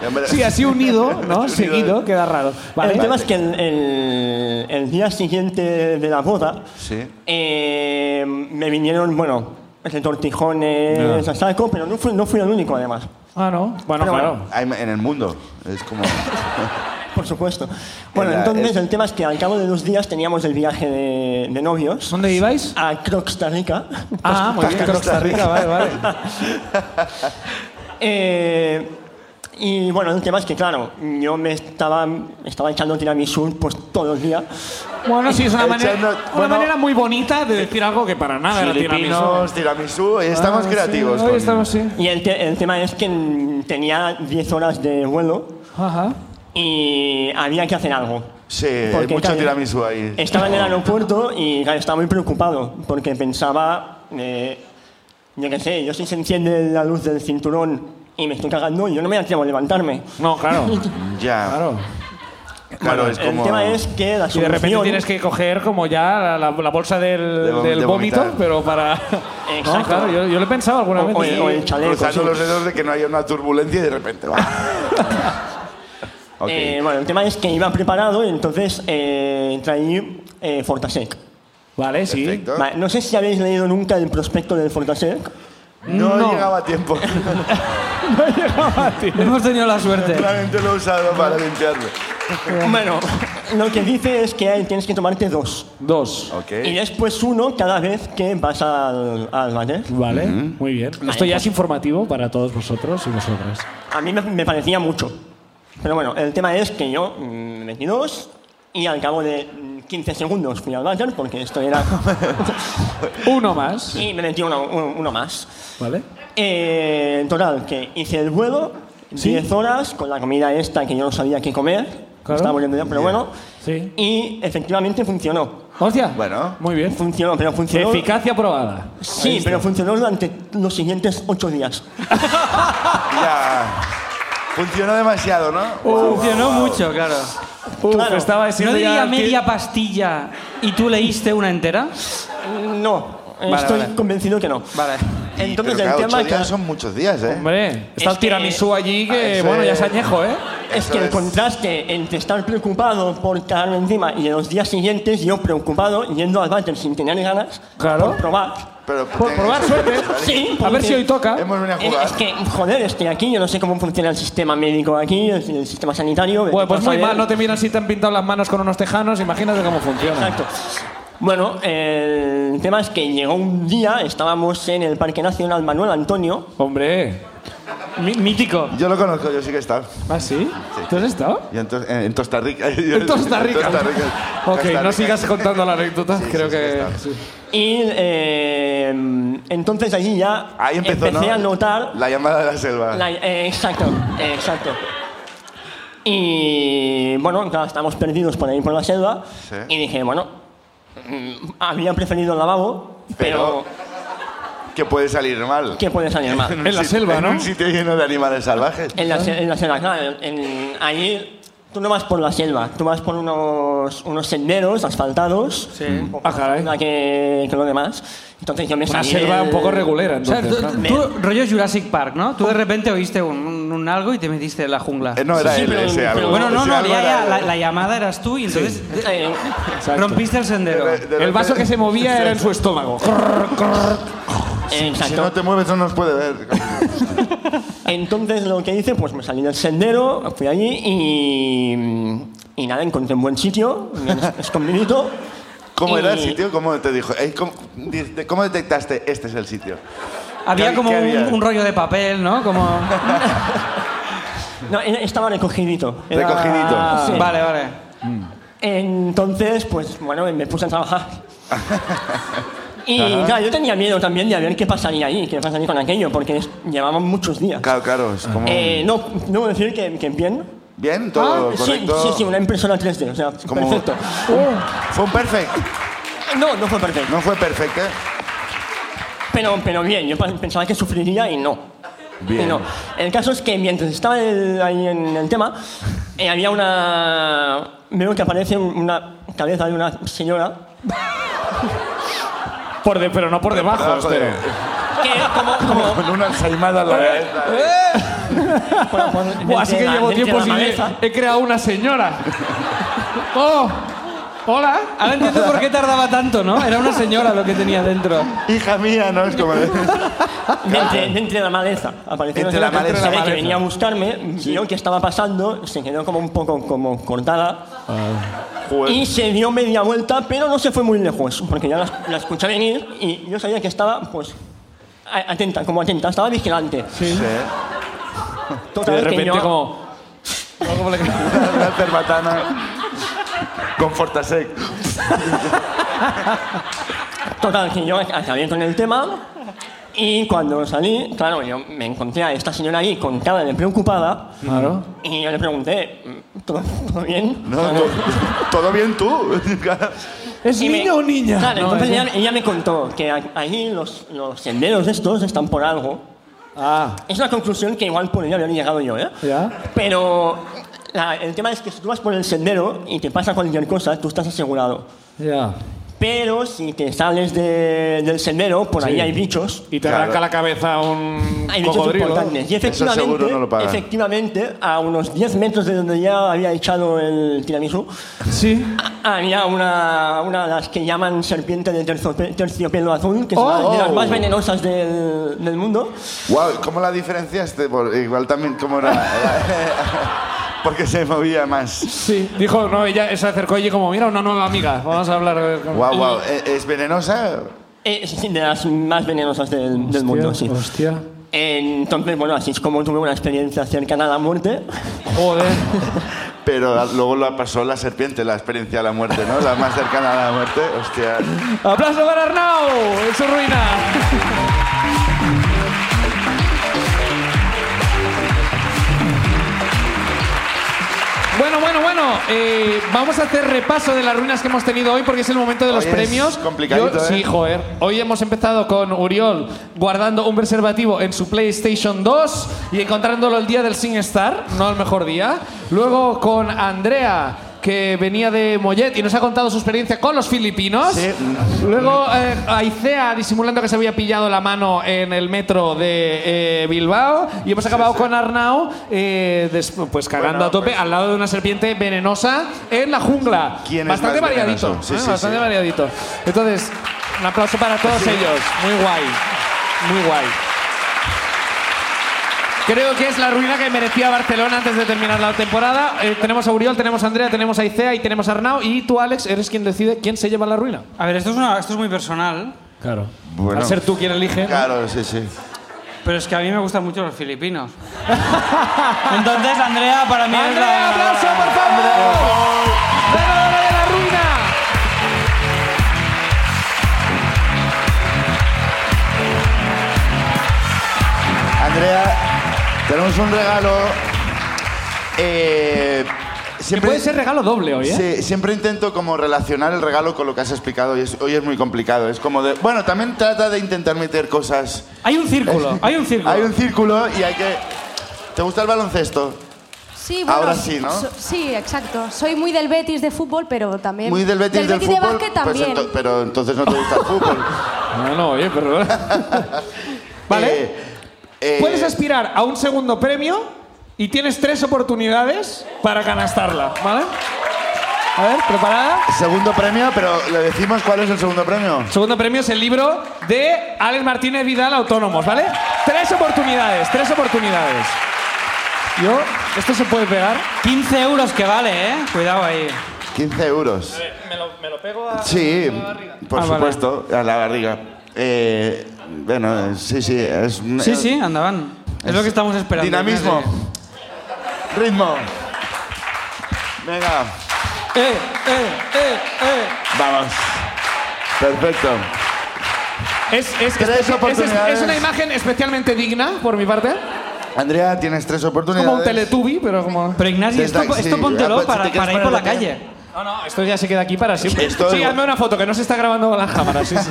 Y, hombre,
Sí, así unido, ¿no?
Así unido.
Seguido, queda raro. Vale.
el tema es que el, el- el día siguiente de la boda
Sí.
eh, me vinieron, bueno, retortijones, a saco, pero no fui, no fui el único además,
Ah, no. Bueno,
Pero
claro.
Hay- En el mundo. Es como.
por supuesto. Bueno,
Era-
entonces
es-
el tema es que al cabo de dos días teníamos el viaje de, de novios
¿Dónde ibais?
a Costa Rica.
Ah, muy bien. Costa Rica, vale, vale.
Eh, y bueno, el tema es que, claro, yo me estaba, estaba echando tiramisú pues, todo el día.
Bueno, sí, es una,
Echando-
manera, una
bueno.
manera muy bonita de decir algo que para nada era tiramisú.
Filipinos, tiramisú. hoy estamos
Ah, sí,
creativos.
hoy
con-
estamos, sí.
Y el, te- el tema es que mm, tenía 10 horas de vuelo
Ajá.
y había que hacer algo.
Sí, hay
Porque,
mucho
claro,
tiramisú ahí.
Estaba en el aeropuerto y claro, estaba muy preocupado porque pensaba, eh, yo qué sé, yo si se enciende la luz del cinturón y me estoy cagando, yo no me atrevo a levantarme.
No, claro.
Ya. Claro,
Claro.
es como.
El tema es que la
Y de repente
solución-
tienes que coger como ya la, la- la bolsa del,
De vom-
del
de
vómito,
vomitar.
pero para...
Exacto.
No, claro, yo, yo lo he pensado alguna
O-
vez.
o el- o el chaleco,
Cruzando
sí.
los dedos de que no haya una turbulencia y de repente va. Ok.
Eh, bueno, el tema es que iba preparado y entonces eh, traí eh, Fortasec.
Vale, sí.
Perfecto.
Vale, no sé si habéis leído nunca el prospecto del Fortasec.
No, llegaba a tiempo.
Hemos tenido la suerte.
Claramente lo he usado para limpiarlo.
Eh.
Bueno, lo que dice es que tienes que tomarte dos.
Dos.
Ok.
Y después uno cada vez que vas al, al váter.
Vale, muy bien. Esto
Vale,
ya
pues-
es informativo para todos vosotros y vosotras.
A mí me, me parecía mucho. Pero bueno, el tema es que yo mm, me metí dos y al cabo de mm, 15 segundos fui al váter porque esto era...
Uno más.
y me metí uno, uno- uno más.
Vale.
Eh, en total, que hice el vuelo, 10 horas con la comida esta que yo no sabía qué comer.
Claro.
Estaba volviendo ya, pero bueno.
Sí.
Y efectivamente funcionó.
Hostia.
Bueno.
Muy bien.
Funcionó, pero funcionó...
Eficacia probada.
Sí, pero funcionó durante los siguientes ocho días.
Ya. Funcionó demasiado, ¿no?
Funcionó mucho, claro.
Uf,
Claro.
estaba
¿No
diciendo
diría
ya que-
media pastilla y tú leíste una entera?
No, estoy
vale.
convencido que no.
Vale.
Entonces,
Pero, claro,
el tema
ocho
es que,
días son muchos días, ¿eh?
Hombre, está el
que-
tiramisú allí que,
Ese-
bueno, ya es añejo, ¿eh?
es
Eso
que el
es.
contraste entre estar preocupado por cagarme encima y en los días siguientes yo preocupado yendo al váter sin tener ganas
Claro.
por probar.
Pero,
Por probar suerte.
Sí,
A ver
porque-
si hoy toca.
Hemos venido a
Eh, Es,
jugar.
es que, joder, estoy aquí, yo no sé cómo funciona el sistema médico aquí, el, el sistema sanitario.
Bueno, pues
vete a
muy
saber.
mal, no te miran si te han pintado las manos con unos tejanos, imagínate cómo funciona.
Exacto. Bueno, el tema es que llegó un día, estábamos en el Parque Nacional Manuel Antonio,
Hombre.
Mi- mítico.
Yo lo conozco, yo sí que he estado.
¿Ah, sí? ¿Tú has estado?
Y en, Tos- en- en Costa Rica.
En Costa Rica.
Costa Rica.
Ok,
Costa
no
Rica.
sigas contando la anécdota,
Sí, sí,
creo
sí,
que...
está.
sí.
Y eh, entonces allí ya
Ahí empezó,
empecé
¿no?
a notar...
La llamada de la selva.
la- eh, exacto, eh, exacto. Y bueno, claro, estábamos perdidos por ahí por la selva.
Sí.
Y dije, bueno, mm, habría preferido el lavabo, pero,
Que puede salir mal.
¿qué puede salir mal? Eh,
un
En la
sitio-
selva, ¿no?
En un sitio lleno de animales salvajes.
En la, se- en la selva, claro. En, ahí tú no vas por la selva, tú vas por unos, unos senderos asfaltados. Sí.
Ah, caray.
Que, que lo demás. Entonces yo me
Una
salí
selva
del-
un poco regulera,
O sea,
entonces. claro.
tú,
Me-
tú- rollo Jurassic Park, ¿no? Tú de repente oíste un, un- un algo y te metiste en la jungla.
Eh, no era
Sí,
él
pero-
ese
pero
algo.
Bueno, no,
Ese
no,
algo
ya,
era-
ya, la, la llamada eras tú y entonces
Eh,
rompiste el sendero.
De- de
El vaso que
repente-
se movía era en su estómago.
Si
exacto.
no te mueves no nos puede ver.
Entonces lo que hice, pues me salí del sendero, fui allí y, y nada, encontré un buen sitio, bien es- escondidito.
¿Cómo
Y-
era el sitio? ¿Cómo te dijo? Eh, ¿Cómo, di- cómo detectaste este es el sitio?
Había
¿Qué-
como
qué
un,
había?
un rollo de papel, ¿no? Como...
No, era- estaba recogidito. era-
Recogidito.
Ah,
sí.
Vale, vale.
Entonces, pues bueno, me puse a trabajar. y claro, yo tenía miedo también de a ver qué pasaría ahí, qué pasaría con aquello, porque es- llevaban muchos días.
Claro, claro. Es como...
Eh, no, debo decir que, que bien.
Bien, todo
Ah, sí,
correcto.
sí, sí, una impresora 3D, o sea,
como-
perfecto.
Fue un perfect.
No, no fue perfecto.
No fue ¿eh? perfecto.
Pero, pero bien, yo pensaba que sufriría y no.
Bien.
Y no. El caso es que mientras estaba el- ahí en el tema, eh, había una... Veo que aparece un- una cabeza de una señora
Por de- pero no por
Ah,
debajo,
Joder.
Esther.
que como... como
Con una ensaimada a la cabeza.
bueno, pues,
Buah, así que
dentro de la-
llevo
dentro de
tiempo
la
sin...
maleza.
He creado una señora. ¡Oh! ¡Hola!
Ahora entiendo por qué tardaba tanto, ¿no? Era una señora lo que tenía dentro.
Hija mía, ¿no? Es como...
Entre, entre la maleza. Apareció
Entre
una
la
señora
maleza.
que venía a buscarme, vio que estaba pasando, se quedó como un poco como cortada y
Pues
Joder.
se dio media vuelta, pero no se fue muy lejos, porque ya la, la escuché venir y yo sabía que estaba, pues, a- atenta, como atenta, estaba vigilante.
Sí. ¿eh?
Y
Total,
de
que
repente
yo-
como...
Una cerbatana con Fortasec.
Total, que yo acabé con el tema y cuando salí, claro, yo me encontré a esta señora ahí con cara de preocupada
Claro.
y yo le pregunté, "Mm, ¿todo, todo bien?
No, to- todo bien tú.
¿Es
Y me-
niño o niña?
Claro,
No,
entonces
es-
ella, ella me contó que a- ahí los, los senderos estos están por algo.
Ah,
Es una conclusión que igual podría haber llegado yo, ¿eh?
ya.
Pero la- el tema es que si tú vas por el sendero y te pasa cualquier cosa, tú estás asegurado.
Ya.
Pero si te sales de- del sendero, por ahí hay bichos.
Y te
Claro.
arranca la cabeza un
Hay bichos
cocodrilo.
importantes. Y
Eso seguro
efectivamente,
no lo pagan.
efectivamente, a unos 10 metros de donde ya había echado el tiramisú,
Sí.
había Ah, una, una de las que llaman serpiente de terzope- terciopelo azul, que es
Oh.
una de las
Oh.
más venenosas del, del mundo.
Wow, ¿cómo la diferenciaste? Por- igual también cómo era. Porque se movía más.
Sí. Dijo, no, ella se acercó y como, mira, una nueva amiga. Vamos a hablar. a ver cómo-".
Wow, wow. ¿Es, e-, es venenosa?
Eh, sí, de las más venenosas del, del mundo, sí.
Hostia.
Entonces, bueno, así es como tuve una experiencia cercana a la muerte.
Joder.
Pero la- luego la pasó la serpiente, la experiencia de la muerte, ¿no? La más cercana a la muerte. Hostia.
¡Aplauso para Arnau! ¡En su ruina! Bueno, bueno, bueno. eh, vamos a hacer repaso de las ruinas que hemos tenido hoy porque es el momento de los
Hoy es
premios.
complicadito,
Yo-
¿eh?
Sí, joder. Hoy hemos empezado con Uriol guardando un preservativo en su PlayStation 2 y encontrándolo el día del SingStar, no el mejor día. Luego con Andrea que venía de Mollet y nos ha contado su experiencia con los filipinos. Luego eh, Aicea disimulando que se había pillado la mano en el metro de eh, Bilbao. Y hemos acabado con Arnau, eh, des- pues cagando
Bueno,
a tope,
pues-
al lado de una serpiente venenosa en la jungla.
¿Quién es
bastante
más
variadito.
venenoso? Sí,
¿eh?
sí,
bastante
sí.
variadito. Entonces, un aplauso para todos ellos. Muy guay. Muy guay. Creo que es la ruina que merecía Barcelona antes de terminar la temporada. Eh, tenemos a Uriol, tenemos a Andrea, tenemos a Aicea y tenemos a Arnau. Y tú, Alex, eres quien decide quién se lleva la ruina.
A ver, esto es, una- esto es muy personal,
Claro.
Bueno.
Al ser tú quien elige. ¿no?
Claro, sí, sí.
pero es que a mí me gustan mucho los filipinos. Entonces, Andrea, para mí es
¡Andrea,
la...
aplauso, por favor! ¡Ganadora de la ruina!
Andrea, tenemos un regalo. Eh,
Que
siempre-
puede ser regalo doble hoy, ¿eh?
Sí, siempre intento como relacionar el regalo con lo que has explicado y es- hoy es muy complicado. Es como de... Bueno, también trata de intentar meter cosas...
Hay un círculo, hay un círculo.
Hay un círculo y hay que... ¿Te gusta el baloncesto?
Sí, bueno,
Ahora sí, ¿no?
so- sí, exacto. Soy muy del Betis de fútbol, pero también.
Muy del Betis, del,
Eh, de
fútbol.
básquet
pues
también.
ento- pero entonces no te gusta el fútbol.
No, no, oye, perdón. Vale.
Eh, eh,
Puedes aspirar a un segundo premio y tienes tres oportunidades para canastarla, ¿vale? A ver, ¿preparada?
Segundo premio, pero le decimos cuál es el segundo premio.
Segundo premio es el libro de Alex Martínez Vidal, Autónomos, ¿vale? Tres oportunidades, tres oportunidades. Yo, esto se puede pegar.
15 euros que vale, ¿eh? Cuidado ahí.
15 euros.
Me lo, pego a...
Sí, por
Ah, vale.
supuesto, a la barriga. Eh, bueno, eh, sí, sí. Es, un-
Sí, sí, andaban. Es lo que estamos esperando.
Dinamismo. Ritmo. Venga,
Eh, eh, eh, eh.
vamos. Perfecto.
Es, es,
Tres
es- es-
oportunidades.
es una imagen especialmente digna por mi parte.
Andrea, tienes tres oportunidades.
Como un teletubby, pero como...
Pero Ignacio,
Desde
esto,
aquí,
esto
sí. Ah,
póntelo
pues, si
para,
te quieres
para ir por la
poner la
calle.
No, no, esto ya se queda aquí para siempre.
Esto
sí,
igual.
hazme una foto, que no se está grabando con la cámara. Sí, sí.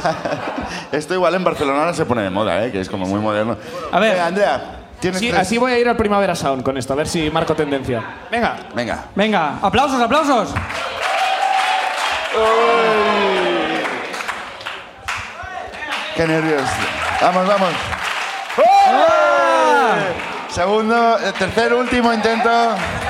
Esto igual en Barcelona ahora se pone de moda, ¿eh? que es como muy moderno.
A ver.
Venga, Andrea, tienes
Sí,
tres-
así voy a ir al Primavera Sound con esto, a ver si marco tendencia. Venga.
Venga.
Venga, aplausos, aplausos.
Qué nervios. Vamos, vamos.
¡Ah!
¡Eh! Segundo, eh, tercer, último intento. ¡Ah!